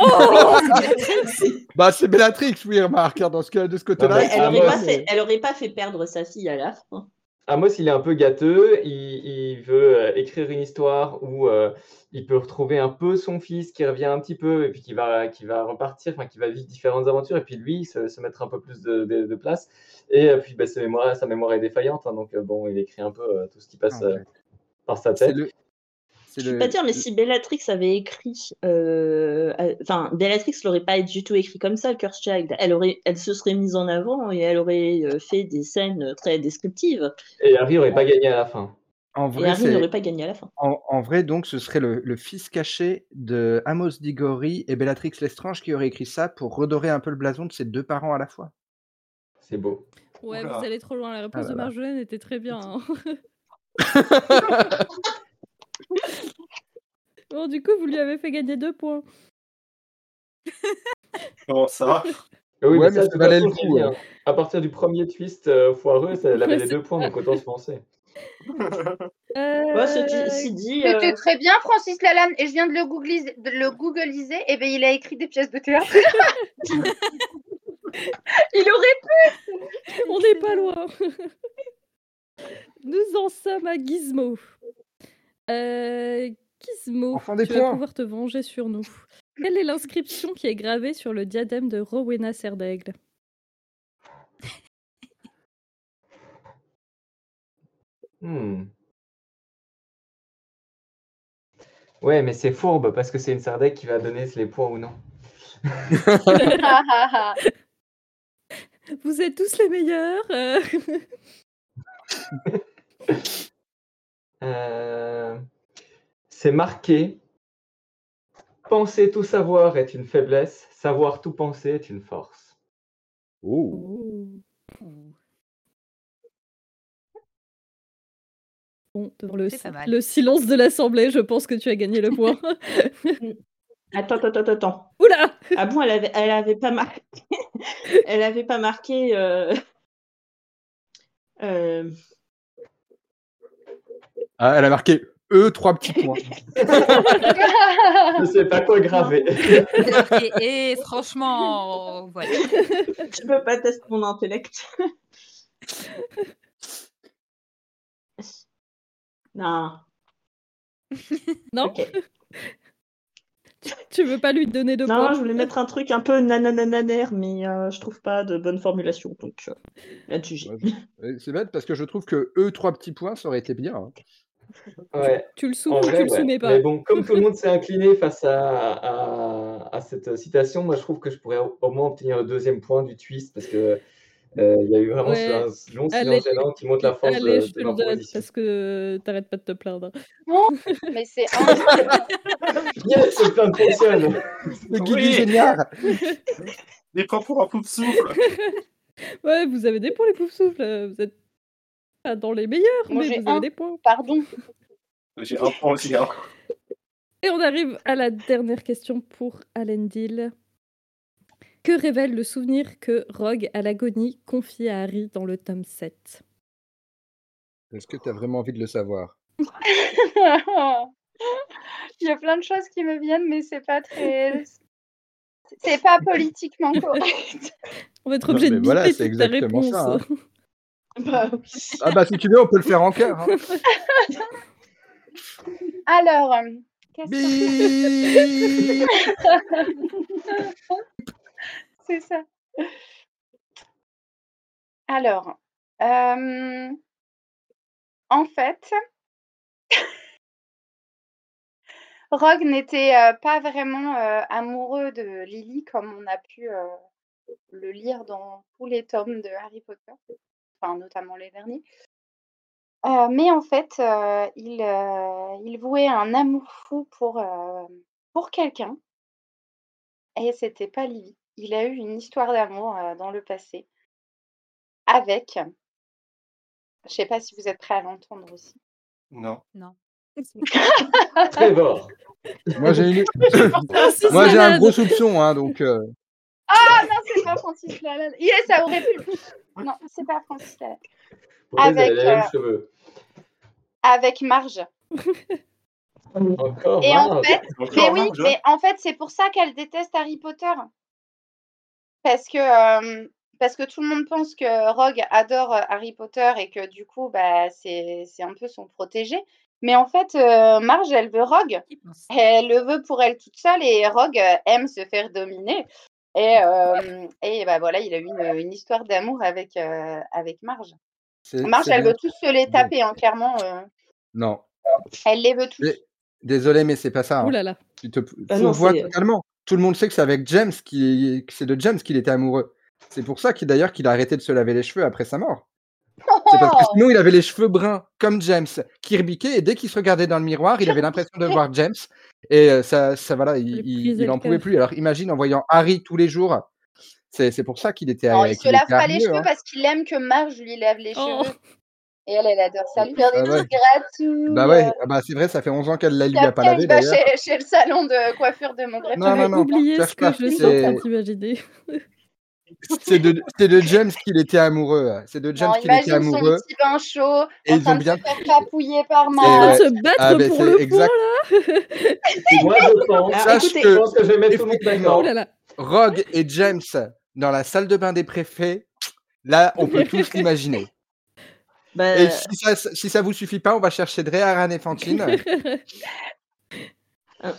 Speaker 2: Oh,
Speaker 6: Ah,
Speaker 2: c'est Béatrix
Speaker 5: Bah, c'est Bellatrix, oui, remarque, hein, dans ce, cas- de ce côté-là.
Speaker 4: Non,
Speaker 6: Mais
Speaker 4: mais Amos,
Speaker 5: ah, c'est
Speaker 6: elle aurait pas
Speaker 5: vraiment,
Speaker 6: fait, elle aurait pas fait perdre sa fille à la fin.
Speaker 4: Amos, il est un peu gâteux, il, il veut euh, écrire une histoire où euh, il peut retrouver un peu son fils qui revient un petit peu et puis qui va, qui va repartir, enfin qui va vivre différentes aventures et puis lui se, se mettre un peu plus de, de- de place. Et euh, puis bah, sa, mémoire, sa mémoire est défaillante, hein, donc euh, bon, il écrit un peu euh, tout ce qui passe
Speaker 5: Ah, ok.
Speaker 4: euh, par sa
Speaker 5: C'est
Speaker 4: tête.
Speaker 5: le. C'est
Speaker 6: Je peux
Speaker 5: le.
Speaker 6: pas dire, mais si Bellatrix avait écrit, euh, euh, enfin, Bellatrix l'aurait pas du tout écrit comme ça, Curse Child. Elle aurait, elle se serait mise en avant et elle aurait euh, fait des scènes très descriptives.
Speaker 4: Et Harry n'aurait pas gagné à la fin.
Speaker 5: En
Speaker 6: Et
Speaker 5: vrai,
Speaker 6: Harry
Speaker 5: c'est.
Speaker 6: n'aurait pas gagné à la fin.
Speaker 5: En, en vrai, donc, ce serait le, le fils caché de Amos Diggory et Bellatrix Lestrange qui aurait écrit ça pour redorer un peu le blason de ses deux parents à la fois.
Speaker 4: C'est beau.
Speaker 1: Ouais,
Speaker 8: Oula.
Speaker 1: vous allez trop loin. La réponse
Speaker 5: Ah là
Speaker 1: de
Speaker 5: là.
Speaker 1: Marjolaine était très bien. hein. bon, du coup, vous lui avez fait gagner deux points.
Speaker 8: Comment ça
Speaker 4: Et oui, mais
Speaker 5: Ouais, mais
Speaker 4: ça,
Speaker 5: ça
Speaker 4: de toute
Speaker 5: valait le
Speaker 4: façon, je l'ai
Speaker 5: coup,
Speaker 4: dit, hein,
Speaker 5: ouais.
Speaker 4: à partir du premier twist euh, foireux, ça- elle avait
Speaker 1: Ouais,
Speaker 4: les
Speaker 1: c'est
Speaker 4: deux points, donc autant se lancer.
Speaker 6: Ouais, ceci
Speaker 1: Euh,
Speaker 6: ceci dit,
Speaker 7: C'était
Speaker 6: euh,
Speaker 7: très bien, Francis Lalanne, et je viens de le, googliser, de le googliser, et bien il a écrit des pièces de théâtre. il aurait
Speaker 1: On n'est pas loin. Nous en sommes à Gizmo. Euh, Gizmo,
Speaker 5: Enfant des
Speaker 1: tu vas
Speaker 5: points.
Speaker 1: pouvoir te venger sur nous. Quelle est l'inscription qui est gravée sur le diadème de Rowena Serdaigle
Speaker 4: Hmm. Ouais, mais c'est fourbe parce que c'est une Sardec qui va donner les points ou non.
Speaker 7: Ah, pu.
Speaker 1: Vous êtes tous les meilleurs. euh.
Speaker 4: Euh, C'est marqué. Penser tout savoir est une faiblesse, savoir tout penser est une force.
Speaker 5: Oh.
Speaker 1: Bon, devant le,
Speaker 2: C'est pas
Speaker 1: si-
Speaker 2: mal.
Speaker 1: le silence de l'assemblée, je pense que tu as gagné le point.
Speaker 6: attends, attends, attends, attends.
Speaker 1: Oula
Speaker 6: Ah bon, elle avait, elle avait pas marqué, elle avait pas marqué. euh, euh,
Speaker 5: Ah, elle a marqué E trois petits points.
Speaker 7: ah.
Speaker 4: Je sais pas quoi graver.
Speaker 2: et, et franchement, voilà.
Speaker 6: je peux pas tester mon intellect. non.
Speaker 1: Non,
Speaker 6: Ok.
Speaker 1: tu veux pas lui donner de
Speaker 6: Non,
Speaker 1: points
Speaker 6: je voulais mettre un truc un peu nananananer, mais euh, je trouve pas de bonne formulation, donc euh, là-dessus j'ai.
Speaker 5: Ouais, euh, C'est bête parce que je trouve que E trois petits points, ça aurait été bien. hein.
Speaker 4: Ouais,
Speaker 1: Tu le soumets
Speaker 4: en
Speaker 1: ou
Speaker 4: vrai,
Speaker 1: tu le
Speaker 4: ouais.
Speaker 1: soumets pas
Speaker 4: Mais bon, comme tout le monde s'est incliné face à, à- à cette citation, moi je trouve que je pourrais au au moins obtenir le deuxième point du twist parce que euh, il y a eu vraiment ce-
Speaker 1: Ouais.
Speaker 4: un s- long
Speaker 1: Allez.
Speaker 4: silence gênant qui montre la force
Speaker 1: Allez,
Speaker 4: de,
Speaker 1: je
Speaker 4: de
Speaker 1: te le donne
Speaker 4: l'improvisation.
Speaker 1: parce que euh, t'arrêtes pas de te plaindre.
Speaker 7: Non, mais c'est injuste.
Speaker 4: Yes, le plan fonctionne.
Speaker 5: Le Guy
Speaker 8: Oui.
Speaker 5: du Géniard
Speaker 8: Des points pour un poupe souffle.
Speaker 1: Ouais, vous avez des points les poufs souffles. euh, Vous êtes pas dans les meilleurs,
Speaker 7: Moi,
Speaker 1: mais
Speaker 7: j'ai
Speaker 1: vous
Speaker 7: un.
Speaker 1: avez des points.
Speaker 7: Pardon.
Speaker 8: J'ai un point aussi. hein.
Speaker 1: Et on arrive à la dernière question pour Alendil. Que révèle le souvenir que Rogue à l'agonie confie à Harry dans le tome 7
Speaker 5: Est-ce que tu as vraiment envie de le savoir
Speaker 7: Il y a plein de choses qui me viennent, mais c'est pas très. C'est pas politiquement correct.
Speaker 1: On va être
Speaker 5: Non,
Speaker 1: obligé de
Speaker 5: mais voilà,
Speaker 1: biper
Speaker 5: c'est
Speaker 1: toute ta
Speaker 5: exactement
Speaker 1: réponse.
Speaker 5: ça, hein.
Speaker 6: Bah oui.
Speaker 5: Ah bah si tu veux, on peut le faire en cœur. hein.
Speaker 7: Alors, euh, question.
Speaker 5: Bip.
Speaker 7: C'est ça. Alors, euh, en fait, Rogue n'était euh, pas vraiment euh, amoureux de Lily comme on a pu euh, le lire dans tous les tomes de Harry Potter, enfin notamment les derniers. Euh, mais en fait, euh, il, euh, il vouait un amour fou pour, euh, pour quelqu'un. Et c'était pas Livy. Il a eu une histoire d'amour euh, dans le passé avec. Je sais pas si vous êtes prêts à l'entendre aussi.
Speaker 8: Non.
Speaker 2: Non.
Speaker 4: Trevor.
Speaker 5: Moi, j'ai une-
Speaker 1: Francis
Speaker 5: Moi, j'ai un
Speaker 1: Lalanne.
Speaker 5: gros soupçon, hein, donc. euh,
Speaker 7: Ah non, c'est pas Francis Lalanne. Yes, ça aurait pu. Non, c'est pas Francis Lalanne.
Speaker 4: Pourtant, ils avaient
Speaker 7: Avec,
Speaker 4: les mêmes
Speaker 7: euh,
Speaker 4: cheveux.
Speaker 7: Avec Marge.
Speaker 4: Encore hein,
Speaker 7: Et en
Speaker 4: Marge.
Speaker 7: fait, mais
Speaker 8: Encore
Speaker 7: oui,
Speaker 8: Oh, Marge, hein.
Speaker 7: mais en fait, c'est pour ça qu'elle déteste Harry Potter. Parce que, euh, parce que tout le monde pense que Rogue adore euh, Harry Potter et que du coup, bah, c'est c'est un peu son protégé. Mais en fait, euh, Marge, elle veut Rogue.
Speaker 2: Qui pense
Speaker 7: Elle le veut pour elle toute seule et Rogue euh, aime se faire dominer. Et, euh, et bah voilà, il a eu une, une histoire d'amour avec, euh, avec Marge.
Speaker 5: c'est-
Speaker 7: Marge,
Speaker 5: c'est
Speaker 7: elle
Speaker 5: bien.
Speaker 7: veut tous se les taper, hein, clairement. euh,
Speaker 5: Non.
Speaker 7: elle les veut tous.
Speaker 5: Mais- Désolé, mais c'est pas ça. hein.
Speaker 1: Ouh là là.
Speaker 5: Tu te
Speaker 6: Ah non,
Speaker 5: fourvoies
Speaker 6: c'est-
Speaker 5: totalement. Tout le monde sait que c'est avec James qui, que c'est de James qu'il était amoureux. C'est pour ça qu'il d'ailleurs qu'il a arrêté de se laver les cheveux après sa mort. C'est parce que
Speaker 7: Oh
Speaker 5: sinon il avait les cheveux bruns comme James qui rebiquait et dès qu'il se regardait dans le miroir, il avait l'impression de voir James et euh, ça, ça voilà, il,
Speaker 1: lui
Speaker 5: il,
Speaker 1: brisait
Speaker 5: il en
Speaker 1: le
Speaker 5: pouvait
Speaker 1: cœur.
Speaker 5: plus. Alors imagine en voyant Harry tous les jours, c'est c'est pour ça qu'il était
Speaker 7: Non, Oh, il
Speaker 5: qu'il
Speaker 7: se lave
Speaker 5: était
Speaker 7: pas les
Speaker 5: hargneux,
Speaker 7: cheveux
Speaker 5: hein.
Speaker 7: parce qu'il aime que Marge lui lave les
Speaker 1: Oh.
Speaker 7: cheveux. Et elle, elle adore ça, lui faire des
Speaker 5: Ah ouais.
Speaker 7: trucs gratuits.
Speaker 5: Bah
Speaker 7: euh,
Speaker 5: ouais, ah bah c'est vrai, ça fait 11 ans qu'elle la
Speaker 7: puis
Speaker 5: lui a pas
Speaker 7: après,
Speaker 5: lavé
Speaker 7: il va
Speaker 5: d'ailleurs.
Speaker 7: chez, chez le salon de coiffure de mon greffe.
Speaker 5: Non,
Speaker 1: J'avais
Speaker 5: non, non,
Speaker 1: oublié
Speaker 5: cherche
Speaker 1: ce que
Speaker 5: pas,
Speaker 1: je suis en train
Speaker 5: c'est-
Speaker 1: d'imaginer.
Speaker 5: C'est de, c'est de James qu'il était amoureux. hein. C'est de James
Speaker 7: Non,
Speaker 5: qu'il était
Speaker 7: imagine son
Speaker 5: amoureux.
Speaker 7: petit bain chaud
Speaker 5: Et
Speaker 7: en
Speaker 5: ils
Speaker 7: train
Speaker 5: ont
Speaker 7: de
Speaker 5: bien
Speaker 7: se faire papouiller par
Speaker 1: C'est en train
Speaker 5: ouais.
Speaker 7: Marge.
Speaker 1: de se battre
Speaker 5: Ah, mais
Speaker 1: pour
Speaker 5: c'est
Speaker 1: le
Speaker 5: exact.
Speaker 4: Et moi, je
Speaker 7: Ah,
Speaker 4: pense,
Speaker 6: Alors,
Speaker 5: Sache
Speaker 6: écoutez,
Speaker 5: que
Speaker 4: je pense que je vais mettre tout le monde
Speaker 1: point là.
Speaker 5: Non.
Speaker 1: Ouh
Speaker 5: effectivement,
Speaker 1: Oh là
Speaker 5: Non.
Speaker 1: là.
Speaker 5: Rogue et James dans la salle de bain des préfets, là, on peut tous l'imaginer.
Speaker 6: bah,
Speaker 5: Et si ça, si ça vous suffit pas, on va chercher Dre, Aran et Fantine.
Speaker 6: euh,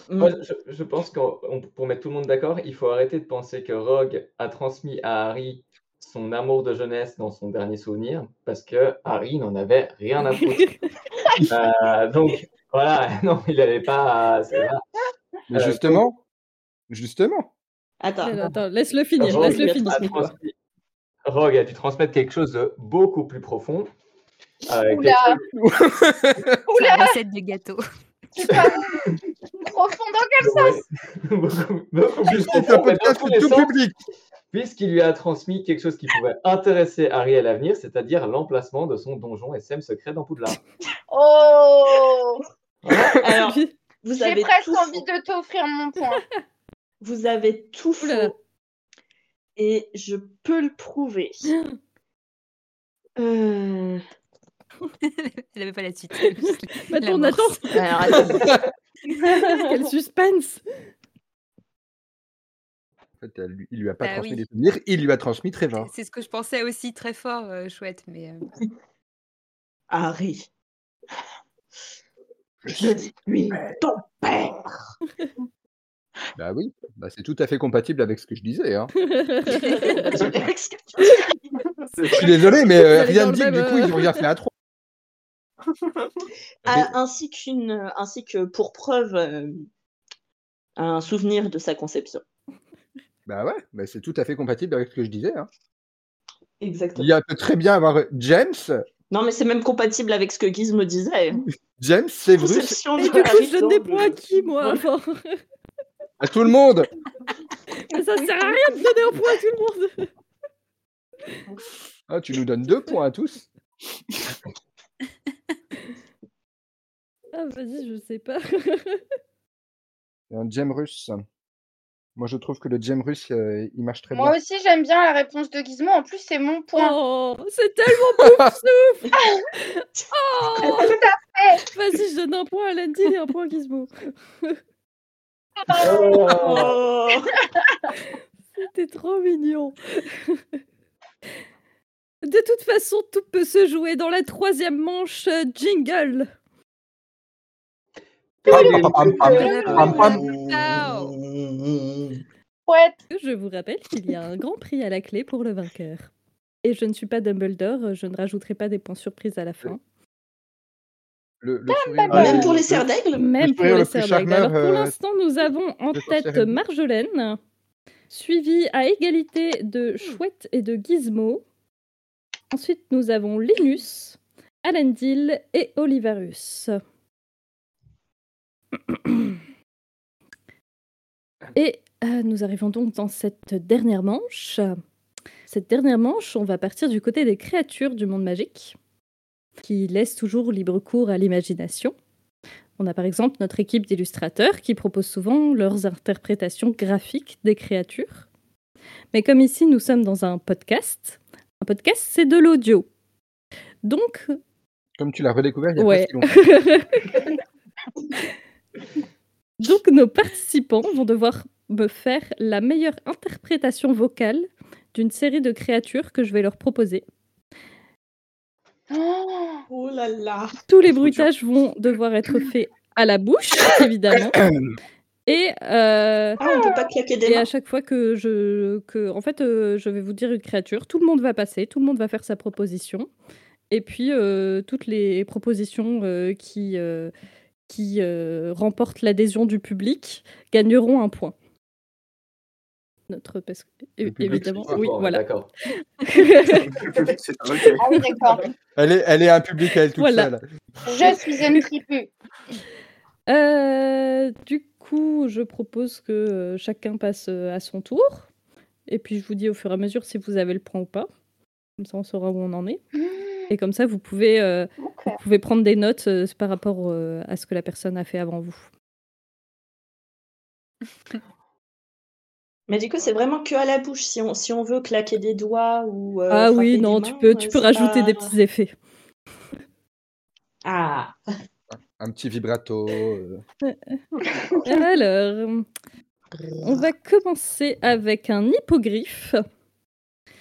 Speaker 4: moi,
Speaker 6: mm,
Speaker 4: je, je pense qu'on pour mettre tout le monde d'accord, il faut arrêter de penser que Rogue a transmis à Harry son amour de jeunesse dans son dernier souvenir, parce que Harry n'en avait rien à foutre. Euh, donc, voilà, non, il n'avait pas. à- c'est vrai.
Speaker 5: Mais
Speaker 4: Euh,
Speaker 5: justement, justement.
Speaker 6: attends,
Speaker 1: Attends,
Speaker 6: attends.
Speaker 1: attends, laisse-le finir,
Speaker 4: Rogue
Speaker 1: laisse-le
Speaker 6: lui a
Speaker 1: finir.
Speaker 4: a
Speaker 6: transmis quoi
Speaker 4: transmis- Rogue a dû transmettre quelque chose de beaucoup plus profond. euh, quelque
Speaker 7: Oula,
Speaker 4: chose
Speaker 7: oula,
Speaker 2: Sa recette de gâteau.
Speaker 7: tu parles profond dans quel
Speaker 4: de- beaucoup, beaucoup plus
Speaker 5: C'est un
Speaker 4: profond, mais dans
Speaker 5: podcast
Speaker 4: tous les
Speaker 5: tout
Speaker 4: sens,
Speaker 5: public.
Speaker 4: puisqu'il lui a transmis quelque chose qui pouvait intéresser Harry à l'avenir, c'est-à-dire l'emplacement de son donjon SM secret dans Poudlard.
Speaker 7: Oh
Speaker 4: Voilà.
Speaker 6: Alors, vous
Speaker 7: J'ai
Speaker 6: avez
Speaker 7: presque
Speaker 6: tout
Speaker 7: envie
Speaker 6: faux.
Speaker 7: de t'offrir mon point.
Speaker 6: Vous avez tout
Speaker 1: Ouh là là.
Speaker 6: faux. Et je peux le prouver. Euh,
Speaker 2: Elle avait pas la suite. elle avait juste
Speaker 1: Maintenant, on
Speaker 2: l'amorce.
Speaker 1: attend.
Speaker 6: Alors, attends.
Speaker 1: Quel suspense.
Speaker 5: En fait, elle lui- il lui a pas
Speaker 2: Bah
Speaker 5: transmis
Speaker 2: oui.
Speaker 5: des souvenirs, il lui a transmis Trevor.
Speaker 2: C'est ce que je pensais aussi très fort, euh, chouette, mais euh,
Speaker 6: Harry,
Speaker 5: Je
Speaker 6: je
Speaker 5: suis.
Speaker 6: suis ton père.
Speaker 5: Bah oui, bah, c'est tout à fait compatible avec ce que je disais. hein. Je suis désolé, mais
Speaker 1: Vous
Speaker 5: euh,
Speaker 1: allez
Speaker 5: rien
Speaker 1: dans le
Speaker 5: ne dit que du
Speaker 1: même,
Speaker 5: coup, ils
Speaker 1: euh,
Speaker 5: ont rien fait à trois.
Speaker 6: Ah, ainsi qu'une, ainsi que pour preuve euh, un souvenir de sa conception.
Speaker 5: Bah ouais, mais c'est tout à fait compatible avec ce que je disais. hein. Il y
Speaker 6: Exactement.
Speaker 5: a peut très bien avoir James,
Speaker 6: Non, mais c'est même compatible avec ce que Guise me disait.
Speaker 5: James, Severus,
Speaker 6: Conception
Speaker 1: Et
Speaker 6: de
Speaker 1: du coup,
Speaker 6: Harry
Speaker 1: je donne des
Speaker 6: dans le-
Speaker 1: points à qui, moi
Speaker 6: dans le-
Speaker 1: enfin,
Speaker 5: à tout le monde.
Speaker 1: Ça sert à rien de donner un point à tout le monde.
Speaker 5: Ah, tu nous donnes deux points à tous.
Speaker 1: Ah, vas-y, je sais pas.
Speaker 5: Et Un James russe. Moi, je trouve que le James russe, euh, il marche très
Speaker 7: Moi
Speaker 5: bien.
Speaker 7: aussi, j'aime bien la réponse de Gizmo. En plus, c'est mon point.
Speaker 1: Oh, c'est tellement pouf souffle. Oh, vas-y, je donne un point à Landy et un point à Gizmo.
Speaker 4: Oh,
Speaker 6: Oh.
Speaker 1: C'était trop mignon. De toute façon, tout peut se jouer dans la troisième manche euh, jingle.
Speaker 5: Pam, pam, pam, pam, pam, pam.
Speaker 7: Chouette.
Speaker 1: Je vous rappelle qu'il y a un grand prix à la clé pour le vainqueur. Et je ne suis pas Dumbledore, je ne rajouterai pas des points surprises à la fin.
Speaker 5: Le, euh, le sourire,
Speaker 7: pam,
Speaker 5: le-
Speaker 6: Même pour les
Speaker 5: le-
Speaker 6: serres d'aigle
Speaker 1: Même pour
Speaker 5: sourire
Speaker 1: les
Speaker 5: le plus
Speaker 1: sœurs d'aigle.
Speaker 5: charmeur,
Speaker 1: Alors pour
Speaker 5: euh,
Speaker 1: l'instant, nous avons en
Speaker 5: de sorcière
Speaker 1: tête
Speaker 5: Elvie.
Speaker 1: Marjolaine, suivie à égalité de Chouette et de Gizmo. Ensuite, nous avons Linus, Alan Deal et Olivarus. Et euh, nous arrivons donc dans cette dernière manche. Cette dernière manche, on va partir du côté des créatures du monde magique, qui laissent toujours libre cours à l'imagination. On a par exemple notre équipe d'illustrateurs qui propose souvent leurs interprétations graphiques des créatures. Mais comme ici nous sommes dans un podcast, un podcast c'est de l'audio. Donc,
Speaker 5: Comme tu l'as redécouvert il y a
Speaker 1: Ouais.
Speaker 5: pas si longtemps.
Speaker 1: donc nos participants vont devoir me faire la meilleure interprétation vocale d'une série de créatures que je vais leur proposer.
Speaker 7: Oh,
Speaker 6: Oh là là.
Speaker 1: Tous les
Speaker 5: Trop dur.
Speaker 1: bruitages vont devoir être faits à la bouche, évidemment. Et, euh,
Speaker 6: Ah, on peut pas claquer des
Speaker 1: et
Speaker 6: mains.
Speaker 1: à chaque fois que je, que, en fait, euh, je vais vous dire une créature, tout le monde va passer, tout le monde va faire sa proposition. Et puis, euh, toutes les propositions euh, qui, euh, qui euh, remportent l'adhésion du public gagneront un point. Notre parce que- é-
Speaker 5: public,
Speaker 1: évidemment,
Speaker 5: c'est
Speaker 1: oui,
Speaker 4: Bon,
Speaker 1: voilà.
Speaker 4: D'accord.
Speaker 8: Le public, c'est un ok.
Speaker 7: Ah oui, d'accord.
Speaker 5: Elle est, elle est un public à elle toute
Speaker 1: Voilà.
Speaker 5: seule.
Speaker 7: Je suis une tribu.
Speaker 1: Euh, du coup, je propose que euh, chacun passe euh, à son tour. Et puis, je vous dis au fur et à mesure si vous avez le point ou pas. Comme ça, on saura où on en est.
Speaker 7: Mmh,
Speaker 1: Et comme ça, vous pouvez, euh,
Speaker 7: ok.
Speaker 1: vous pouvez prendre des notes euh, par rapport euh, à ce que la personne a fait avant vous.
Speaker 6: Mais du coup, c'est vraiment que à la bouche. Si on, si on veut claquer des doigts ou. euh,
Speaker 1: ah
Speaker 6: frapper
Speaker 1: oui,
Speaker 6: des
Speaker 1: non, tu
Speaker 6: mains,
Speaker 1: peux,
Speaker 6: euh,
Speaker 1: tu peux
Speaker 6: c'est
Speaker 1: rajouter
Speaker 6: pas-
Speaker 1: des petits effets.
Speaker 6: Ah.
Speaker 5: Un petit vibrato. euh.
Speaker 1: Alors, on va commencer avec un hippogriffe.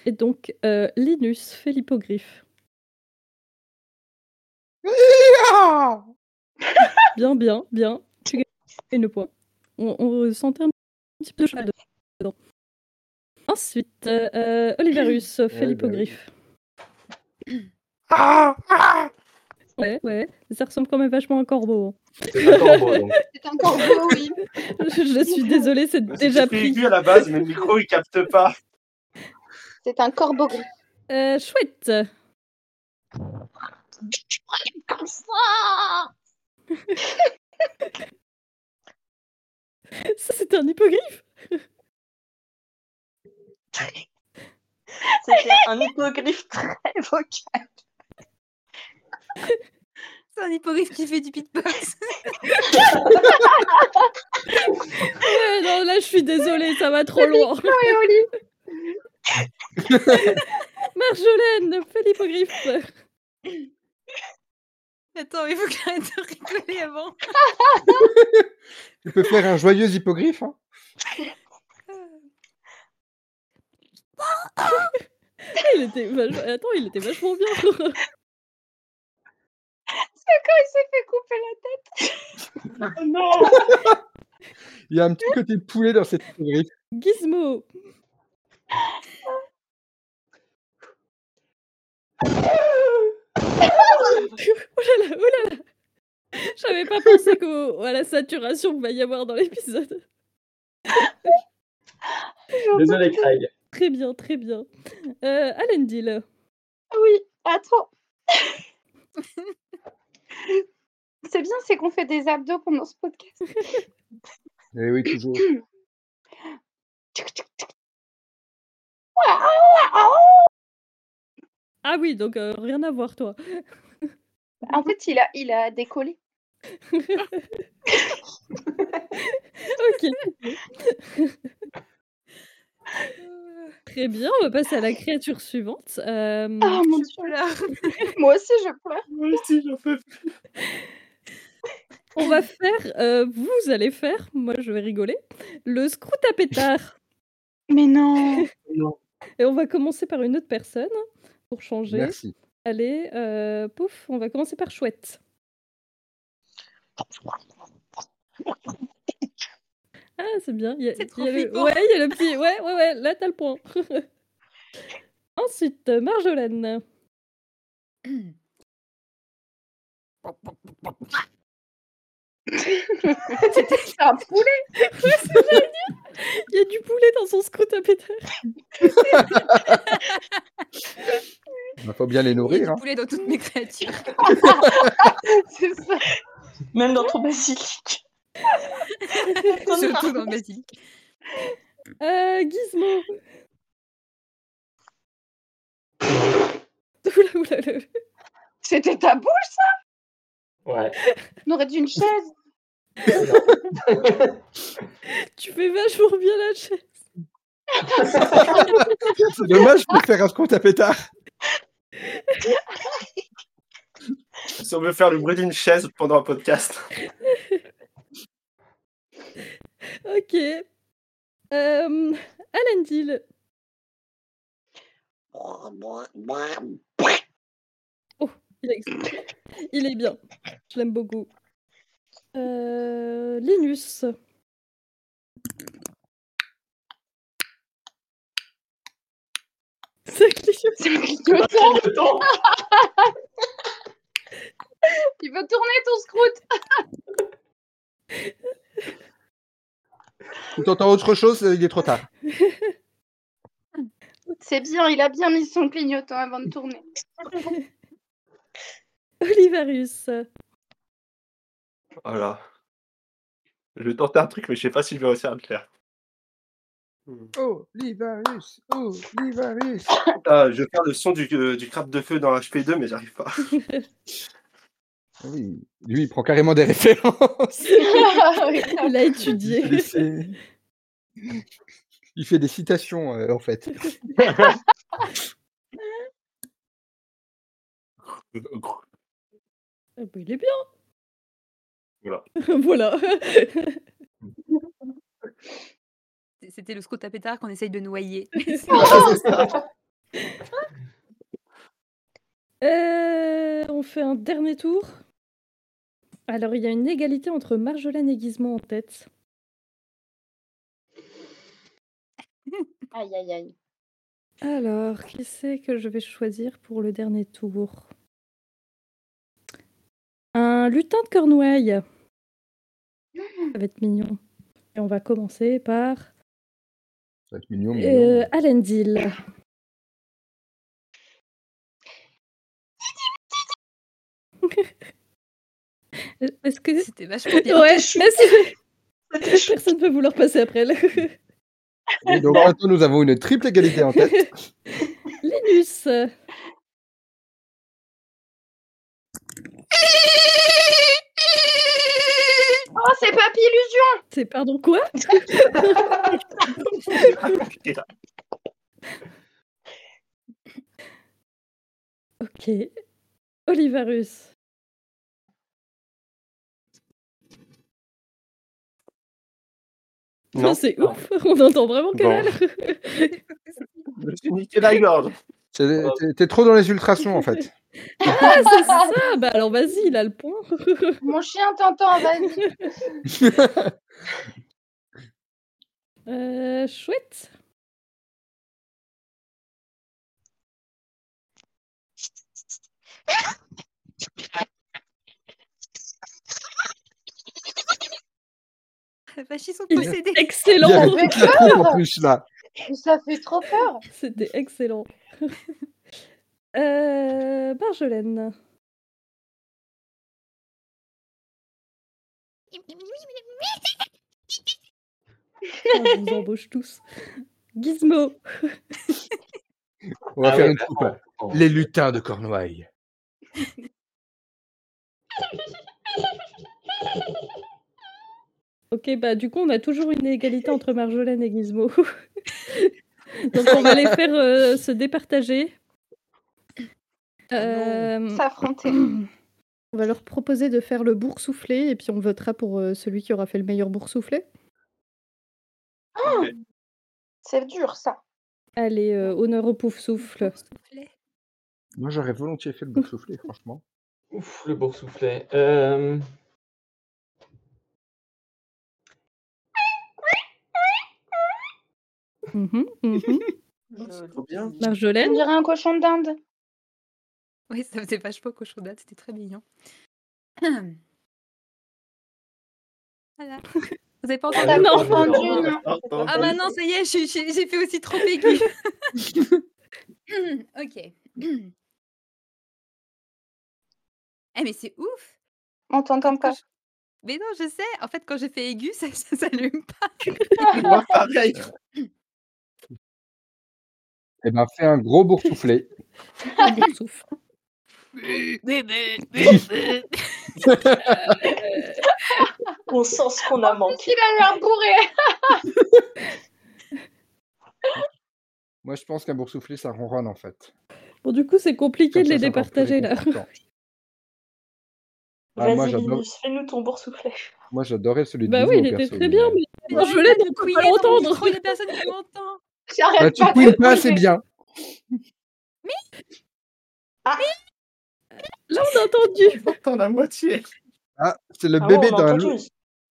Speaker 1: Et donc, euh, Linus fait l'hippogriffe. Bien, bien, bien. Tu gagnes le point. On, on sentait un petit peu de cheval dedans. Ensuite, euh, euh, Oliverus
Speaker 5: bah
Speaker 1: fait l'hippogriffe. Ouais, ouais. Ça ressemble quand même vachement à un corbeau.
Speaker 4: C'est un corbeau, donc.
Speaker 7: C'est un corbeau, oui.
Speaker 1: hein. je, je suis désolée, c'est
Speaker 8: Mais
Speaker 1: déjà
Speaker 8: c'était
Speaker 1: pris.
Speaker 8: aigu à la base, mais le micro, il capte pas.
Speaker 7: C'est un corbeau gris.
Speaker 1: Euh, chouette.
Speaker 6: Comme ça
Speaker 1: Ça, c'est un hippogriffe.
Speaker 6: C'était un hippogriffe très vocal.
Speaker 2: C'est un hippogriffe qui fait du beatbox.
Speaker 1: Ouais, non, là, je suis désolée, ça va trop loin.
Speaker 7: Oui,
Speaker 1: Marjolaine fait l'hippogriffe.
Speaker 2: Attends, il faut que j'arrête de rigoler avant.
Speaker 5: Tu peux faire un joyeux hippogriffe. hein.
Speaker 1: Il était vach- Attends, il était vachement bien.
Speaker 7: il s'est fait couper la tête. Ah
Speaker 5: Il y a un petit côté poulet dans cette hippogriffe.
Speaker 1: Gizmo. Oh là là, oh là là. J'avais pas pensé qu'au- à la saturation qu'il va y avoir dans l'épisode.
Speaker 4: Désolé, Craig.
Speaker 1: Très bien, très bien. Euh, Alan Deal.
Speaker 7: Ah Oui, attends. C'est bien, c'est qu'on fait des abdos pendant ce podcast.
Speaker 5: Eh oui, toujours.
Speaker 7: Tchouk, tchouk, tchouk.
Speaker 1: Ah oui, donc euh, rien à voir, toi.
Speaker 7: En fait, il a, il a décollé.
Speaker 1: Ok. Très bien, on va passer à la créature suivante. Euh,
Speaker 7: Ah mon dieu,
Speaker 2: Oula.
Speaker 7: moi aussi je pleure.
Speaker 8: Moi aussi, j'en peux plus.
Speaker 1: on va faire, euh, vous allez faire, moi je vais rigoler, le scrutapétard.
Speaker 7: Mais non.
Speaker 1: Et on va commencer par une autre personne pour changer.
Speaker 5: Merci.
Speaker 1: Allez, euh, pouf, on va commencer par chouette. Ah, c'est bien. il y a-
Speaker 2: C'est trop
Speaker 1: il y a le...
Speaker 2: flippant.
Speaker 1: Ouais, il y a le petit. Ouais, ouais, ouais, là t'as le point. Ensuite, euh, Marjolaine.
Speaker 7: C'était c'est un poulet.
Speaker 1: Il y a du poulet dans son scrutapétard.
Speaker 5: Il faut bien les
Speaker 2: Il y a
Speaker 5: nourrir.
Speaker 2: du
Speaker 5: hein.
Speaker 2: poulet dans toutes mes créatures.
Speaker 7: C'est ça.
Speaker 6: Même dans ton basilic.
Speaker 2: Surtout dans le basilic.
Speaker 1: Euh, Gizmo. Oula, oula, oula.
Speaker 7: C'était ta bouche,
Speaker 4: Ouais.
Speaker 7: on aurait dû une chaise.
Speaker 1: Tu fais vachement bien la chaise.
Speaker 5: C'est dommage, je préfère un compte à pétard.
Speaker 8: Si on veut faire le bruit d'une chaise pendant un podcast.
Speaker 1: Ok. Euh, Alan Deal. Il est, il est bien. Je l'aime beaucoup. Euh, Linus. C'est cliché.
Speaker 7: C'est un clignotant. Tu veux tourner ton scrout
Speaker 5: Ou t'entends autre chose, il est trop tard.
Speaker 7: C'est bien, il a bien mis son clignotant avant de tourner.
Speaker 1: Olivarius.
Speaker 8: Voilà. Je vais tenter un truc, mais je sais pas si je vais réussir à le faire. Hmm.
Speaker 5: Oh, Livarus, oh, Livarus.
Speaker 8: Ah, je vais faire le son du, euh, du crabe de feu dans HP2, mais j'arrive pas.
Speaker 5: Oui, lui, il prend carrément des références.
Speaker 7: Regarde.
Speaker 1: Il a
Speaker 5: Il fait
Speaker 1: étudié.
Speaker 5: des, c'est- il fait des citations, euh, en fait.
Speaker 1: Ah bah, il est bien.
Speaker 8: Voilà.
Speaker 1: voilà.
Speaker 2: C- C'était le scout à pétard qu'on essaye de noyer.
Speaker 1: Euh, on fait un dernier tour. Alors, il y a une égalité entre Marjolaine et Gizmo en tête.
Speaker 7: Aïe, aïe, aïe.
Speaker 1: Alors, qui c'est que je vais choisir pour le dernier tour Un lutin de Cornouailles. Ça va être mignon. Et on va commencer par
Speaker 5: Ça va être mignon, mignon.
Speaker 1: euh, Alendil. Est-ce que
Speaker 2: C'était vachement bien.
Speaker 1: Ouais, mais c'est- personne ne peut vouloir passer après. elle.
Speaker 5: Et donc, maintenant, nous avons une triple égalité en tête.
Speaker 1: Linus.
Speaker 7: Oh, c'est Papy Illusion
Speaker 1: C'est pardon quoi Ok. Olivarus.
Speaker 8: Non.
Speaker 1: Enfin, c'est ouf, on entend vraiment que
Speaker 8: Bon.
Speaker 1: dalle.
Speaker 8: Je me suis Ah, niqué la gorge.
Speaker 5: C'est- T'es t'es trop dans les ultrasons, en fait.
Speaker 1: Ah, c'est ça Bah alors vas-y, il a le point.
Speaker 7: Mon chien t'entend, vas-y.
Speaker 1: Euh, chouette.
Speaker 2: Les vaches, ils sont
Speaker 1: Il-
Speaker 2: possédés.
Speaker 5: Il y avait
Speaker 1: Excellent.
Speaker 7: Mais
Speaker 5: toute la troupe en plus, là.
Speaker 7: Ça fait trop peur.
Speaker 1: C'était excellent. Euh, Barjolaine. Ah, je vous embauche tous. Gizmo.
Speaker 5: On va
Speaker 4: Ah
Speaker 5: faire
Speaker 4: ouais,
Speaker 5: une
Speaker 4: bah,
Speaker 5: troupe.
Speaker 4: en-
Speaker 5: là.
Speaker 4: en-
Speaker 5: Les lutins de Cornouailles.
Speaker 1: Ok, bah du coup, on a toujours une égalité entre Marjolaine et Gizmo. Donc, on va les faire euh, se départager.
Speaker 7: Mm.
Speaker 1: Euh,
Speaker 7: S'affronter.
Speaker 1: on va leur proposer de faire le boursouflé et puis on votera pour euh, celui qui aura fait le meilleur boursouflé.
Speaker 7: C'est dur, ça.
Speaker 1: Allez, euh, honneur au pouf souffle.
Speaker 2: Soufflet.
Speaker 5: Moi, j'aurais volontiers fait le bon soufflé, franchement.
Speaker 4: Ouf, le boursouflet. Euh...
Speaker 1: Mhm, mhm.
Speaker 8: C'est trop bien.
Speaker 7: On
Speaker 1: Marjolaine
Speaker 7: dirait un cochon d'Inde.
Speaker 2: Oui, ça faisait vachement cochon d'Inde, c'était très mignon.
Speaker 5: Ah,
Speaker 2: Ah, voilà. Vous avez
Speaker 5: Ah,
Speaker 2: pas entendu
Speaker 7: T'as
Speaker 1: Non.
Speaker 7: confondu, non
Speaker 2: Ah bah non, ça y est, je suis- j'ai j'ai fait aussi trop aigu. ok. Eh, mais c'est ouf
Speaker 7: On t'entend
Speaker 2: Quand
Speaker 7: pas.
Speaker 2: je- Mais non, je sais. En fait, quand j'ai fait aigu, ça ne s'allume pas.
Speaker 8: Moi, pareil.
Speaker 5: Eh ben, fais un gros boursouflé.
Speaker 1: Un bon souffle.
Speaker 6: On sent ce qu'on a manqué.
Speaker 7: Il a l'air bourré.
Speaker 5: Moi, je pense qu'un boursouflé, ça ronronne en fait.
Speaker 1: Bon, du coup, c'est compliqué
Speaker 5: Comme
Speaker 1: de
Speaker 5: ça,
Speaker 1: les
Speaker 5: c'est encore plus
Speaker 1: départager là.
Speaker 5: réconfortant. Ah, moi,
Speaker 6: Vas-y,
Speaker 5: j'adore-
Speaker 6: Linus, fais-nous ton boursouflet.
Speaker 5: Moi, j'adorais celui de
Speaker 1: Bah oui, il
Speaker 5: Gizmo,
Speaker 1: était
Speaker 5: perso, euh,
Speaker 1: très bien, mais
Speaker 2: Mais
Speaker 1: Moi, je
Speaker 2: j'arrête
Speaker 1: l'ai,
Speaker 2: de
Speaker 1: donc on peut
Speaker 2: couiner
Speaker 1: pas
Speaker 2: dans le
Speaker 1: l'entendre.
Speaker 2: micro, il y a personne qui m'entend.
Speaker 7: J'arrête
Speaker 5: Bah, tu
Speaker 7: pas
Speaker 5: couilles
Speaker 7: de
Speaker 5: pas, c'est
Speaker 7: couiller.
Speaker 5: bien.
Speaker 1: là, on a entendu.
Speaker 8: J'entends la moitié.
Speaker 5: Ah, c'est le
Speaker 6: Ah ouais,
Speaker 5: bébé
Speaker 6: on a
Speaker 5: d'un
Speaker 6: entendu.
Speaker 5: loup-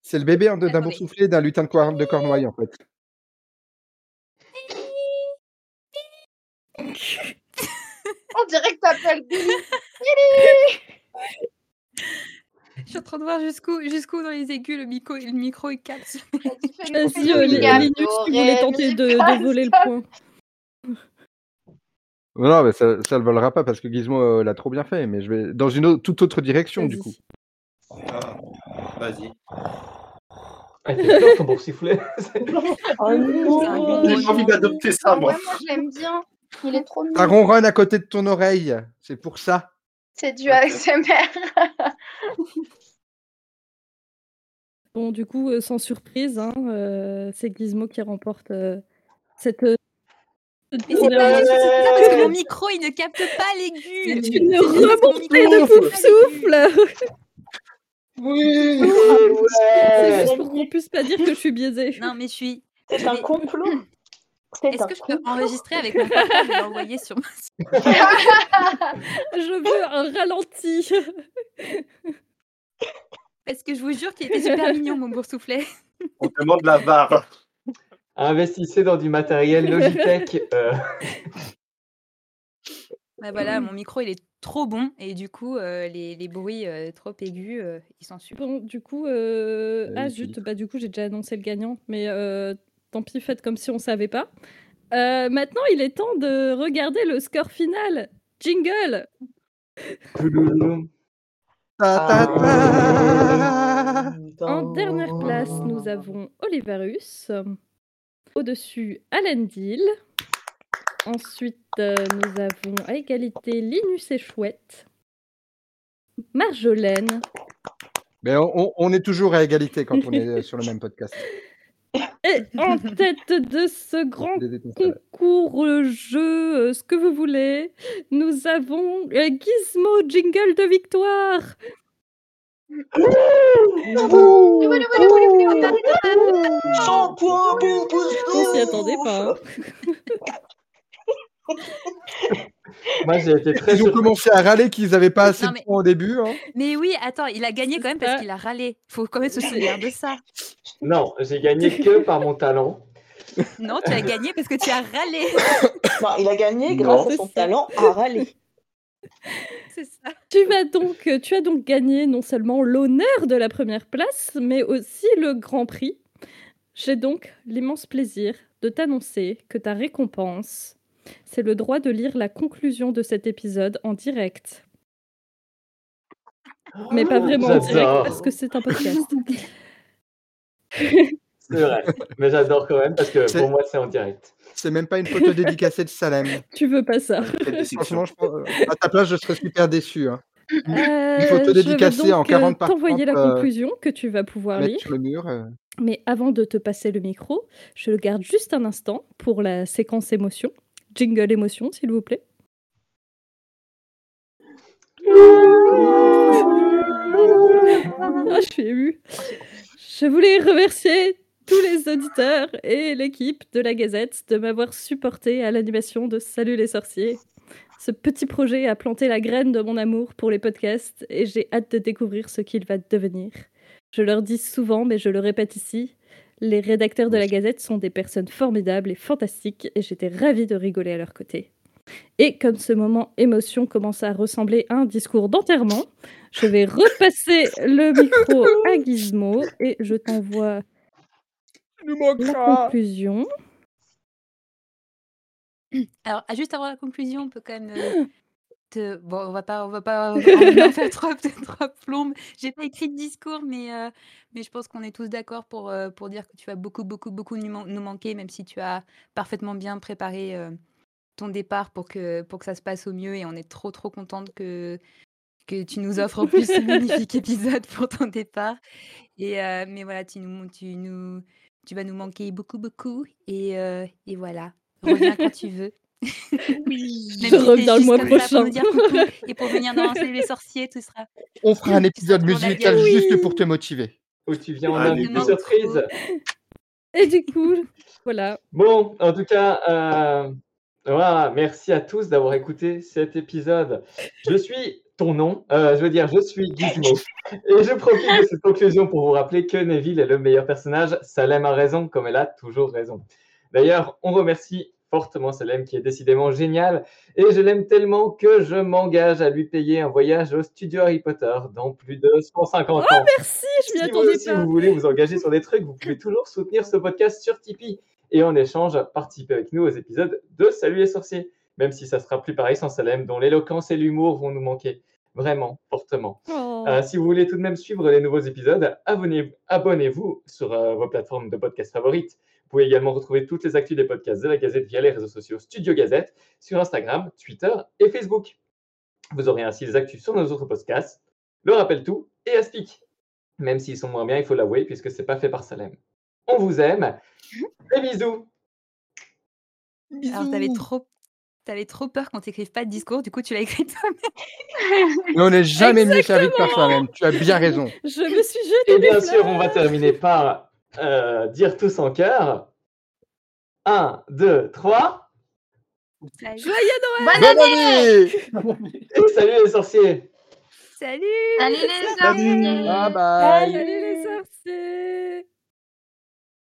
Speaker 5: c'est le bébé en- d'un
Speaker 2: Attendez.
Speaker 5: boursouflé et d'un lutin de, cor- de cornouaille en fait.
Speaker 7: On dirait que t'appelles Billy.
Speaker 2: Je suis en train de voir jusqu'où jusqu'où dans les aigus le micro, le micro il capte.
Speaker 7: Tu fais une
Speaker 1: Vas-y,
Speaker 7: petite
Speaker 1: euh,
Speaker 5: les-
Speaker 7: miam,
Speaker 1: Linux, tu voulais
Speaker 7: doré,
Speaker 1: tenter de,
Speaker 7: musical,
Speaker 1: de voler le point.
Speaker 5: Non, mais ça, ça le volera pas parce que Gizmo euh, l'a trop bien fait, mais je vais dans une autre, toute autre direction du
Speaker 1: Vas-y.
Speaker 5: coup.
Speaker 8: Ah, vas-y.
Speaker 4: Ah, il fait peur ton boursifflet.
Speaker 6: Oh
Speaker 2: gros
Speaker 6: non
Speaker 2: J'ai
Speaker 8: J'ai envie d'adopter ça,
Speaker 7: Ah ouais,
Speaker 8: moi.
Speaker 7: moi je l'aime bien. Il est trop
Speaker 5: Ça
Speaker 7: mignon.
Speaker 5: ronronne à côté de ton oreille, c'est pour ça.
Speaker 7: C'est du
Speaker 8: Ok.
Speaker 7: ASMR.
Speaker 1: Bon, du coup, euh, sans surprise, hein, euh, c'est Gizmo qui remporte euh, cette. euh,
Speaker 2: Mais c'est pas
Speaker 1: euh,
Speaker 2: juste c'est bizarre parce que mon
Speaker 6: Euh.
Speaker 2: micro il ne capte pas l'aigu.
Speaker 1: C'est une
Speaker 2: C'est juste que mon micro,
Speaker 1: remontée
Speaker 2: il
Speaker 1: de
Speaker 2: capte
Speaker 1: pouf
Speaker 2: pas l'aigu.
Speaker 1: souffle
Speaker 5: Oui.
Speaker 1: C'est
Speaker 6: Ouais.
Speaker 1: juste pour qu'on puisse pas dire que je suis biaisée.
Speaker 2: Non mais je suis.
Speaker 6: C'est un
Speaker 2: Mais-
Speaker 6: complot. C'est
Speaker 2: Est-ce
Speaker 6: un
Speaker 2: que je peux
Speaker 6: complot.
Speaker 2: enregistrer avec mon portable et l'envoyer sur ma
Speaker 1: Je veux un ralenti.
Speaker 2: Parce que je vous jure qu'il était super mignon mon boursouflet.
Speaker 8: On demande la barre.
Speaker 4: Investissez dans du matériel Logitech. euh,
Speaker 2: Bah voilà, mon micro il est trop bon et du coup euh, les, les bruits euh, trop aigus euh, ils s'en suivent.
Speaker 1: Bon, du coup, euh, ah zut, bah du coup j'ai déjà annoncé le gagnant, mais euh, tant pis, faites comme si on savait pas. Euh, maintenant, il est temps de regarder le score final. Jingle
Speaker 5: Ta, ta, ta.
Speaker 1: En dernière place, nous avons Olivarus. Au-dessus, Alan Deal. Ensuite, euh, nous avons à égalité Linus et Chouette. Marjolaine.
Speaker 5: Mais on, on- on est toujours à égalité quand on est euh, sur le même podcast.
Speaker 1: Et en tête de ce grand
Speaker 5: Des détestables.
Speaker 1: concours, euh, jeu, euh, ce que vous voulez, nous avons euh, Gizmo Jingle de victoire.
Speaker 6: Cent points pour Bouzou.
Speaker 1: On s'y attendait pas. hein.
Speaker 4: Moi, j'ai été très
Speaker 5: Ils ont
Speaker 4: surpris.
Speaker 5: commencé à râler qu'ils n'avaient pas assez
Speaker 2: Non,
Speaker 5: de
Speaker 2: mais-
Speaker 5: points au début. hein.
Speaker 2: Mais oui, attends, il a gagné
Speaker 1: C'est
Speaker 2: quand même parce
Speaker 1: ça.
Speaker 2: qu'il a râlé. Faut quand même se souvenir de ça.
Speaker 4: Non, j'ai gagné que par mon talent.
Speaker 2: Non, tu as gagné parce que tu as râlé.
Speaker 6: Non, il a gagné
Speaker 8: Non.
Speaker 6: grâce à son
Speaker 1: C'est ça.
Speaker 6: talent à râler.
Speaker 2: C'est ça.
Speaker 1: Tu, vas donc, euh, tu as donc gagné non seulement l'honneur de la première place, mais aussi le grand prix. J'ai donc l'immense plaisir de t'annoncer que ta récompense, c'est le droit de lire la conclusion de cet épisode en direct. Mais
Speaker 5: Oh,
Speaker 1: pas vraiment en direct
Speaker 4: J'adore.
Speaker 1: parce que c'est un podcast.
Speaker 4: C'est vrai. Mais j'adore quand même parce que
Speaker 5: C'est-
Speaker 4: pour moi, c'est en direct.
Speaker 5: C'est même pas une photo dédicacée de Salem.
Speaker 1: tu veux pas ça.
Speaker 8: Quelle déception.
Speaker 5: Franchement, je pense- euh, à ta place, je serais super déçu. hein.
Speaker 1: Euh,
Speaker 5: photo
Speaker 1: je vais
Speaker 5: dédicacée en
Speaker 1: donc, euh,
Speaker 5: 40 par
Speaker 1: t'envoyer la
Speaker 5: 30, euh,
Speaker 1: conclusion que tu vas pouvoir
Speaker 5: Mettre
Speaker 1: lire.
Speaker 5: sur le mur. euh.
Speaker 1: Mais avant de te passer le micro, je le garde juste un instant pour la séquence émotion. Jingle émotion, s'il vous plaît. Ah, je suis émue. Je voulais remercier tous les auditeurs et l'équipe de la Gazette de m'avoir supporté à l'animation de Salut les sorciers. Ce petit projet a planté la graine de mon amour pour les podcasts et j'ai hâte de découvrir ce qu'il va devenir. Je leur dis souvent, mais je le répète ici, les rédacteurs de la Gazette sont des personnes formidables et fantastiques et j'étais ravie de rigoler à leur côté. Et comme ce moment émotion commence à ressembler à un discours d'enterrement, je vais repasser le micro à Gizmo et je t'envoie la conclusion.
Speaker 2: Alors, ah, juste avant la conclusion, on peut quand même euh, petite. euh, Bon, on va pas, on va pas en en faire trop, trop plombes. J'ai pas écrit de discours, mais, euh, mais je pense qu'on est tous d'accord pour, euh, pour dire que tu vas beaucoup, beaucoup, beaucoup nous man- nous manquer, même si tu as parfaitement bien préparé euh, ton départ pour que, pour que ça se passe au mieux. Et on est trop, trop contente que, que tu nous offres en plus ce magnifique épisode pour ton départ. Et, euh, mais voilà, tu, nous, tu, nous, tu vas nous manquer beaucoup, beaucoup. Et, euh, et voilà, reviens quand tu veux.
Speaker 6: Oui.
Speaker 1: Je
Speaker 2: Même si t'es
Speaker 1: reviens le
Speaker 2: juste
Speaker 1: mois
Speaker 2: comme ça Pour
Speaker 1: prochain.
Speaker 2: nous dire coucou et pour venir dans les sorciers, tout sera.
Speaker 5: On fera un
Speaker 2: Tu
Speaker 5: épisode
Speaker 2: seras toujours la
Speaker 5: musical
Speaker 2: bienvenue.
Speaker 5: juste pour te motiver.
Speaker 4: Ou tu viens en
Speaker 8: Ah,
Speaker 4: invité
Speaker 8: les gars.
Speaker 4: surprise.
Speaker 1: Et du coup, voilà.
Speaker 4: Bon, en tout cas, euh, voilà, merci à tous d'avoir écouté cet épisode. Je suis ton nom, euh, je veux dire, je suis Gizmo. Et je profite de cette conclusion pour vous rappeler que Neville est le meilleur personnage. Salem a raison, comme elle a toujours raison. D'ailleurs, on remercie fortement Salem qui est décidément génial. Et je l'aime tellement que je m'engage à lui payer un voyage au studio Harry Potter dans plus de 150 ans.
Speaker 1: Merci, je m'y
Speaker 4: Si vous
Speaker 1: attendais
Speaker 4: aussi
Speaker 1: pas.
Speaker 4: vous voulez vous engager sur des trucs, vous pouvez toujours soutenir ce podcast sur Tipeee et en échange participer avec nous aux épisodes de Salut les sorciers, même si ça sera plus pareil sans Salem, dont l'éloquence et l'humour vont nous manquer vraiment fortement.
Speaker 1: Oh.
Speaker 4: Euh, si vous voulez tout de même suivre les nouveaux épisodes, abonnez- abonnez-vous sur euh, vos plateformes de podcasts favorites. Vous pouvez également retrouver toutes les actus des podcasts de la Gazette via les réseaux sociaux Studio Gazette sur Instagram, Twitter et Facebook. Vous aurez ainsi les actus sur nos autres podcasts, le rappel tout et Aspic. Même s'ils sont moins bien, il faut l'avouer, puisque c'est pas fait par Salem. On vous aime. Des bisous.
Speaker 2: Alors, t'avais trop, t'avais trop peur qu'on t'écrive pas de discours, du coup, tu l'as écrit toi-même.
Speaker 5: Mais on n'est jamais mieux servi que par soi-même. Tu as bien raison.
Speaker 1: Je me suis jetée
Speaker 4: Et
Speaker 1: des
Speaker 4: eh bien sûr, on va
Speaker 1: fleurs.
Speaker 4: terminer par euh, dire tous en cœur. 1, 2, 3.
Speaker 2: Salut.
Speaker 1: Joyeux
Speaker 7: Ah,
Speaker 3: Bonne
Speaker 5: Bonne
Speaker 3: année
Speaker 5: année
Speaker 4: Et salut les sorciers.
Speaker 2: Salut
Speaker 3: Salut les
Speaker 5: Salut
Speaker 3: sorciers
Speaker 5: Bye
Speaker 1: Noël,
Speaker 5: bye
Speaker 1: Salut les sorciers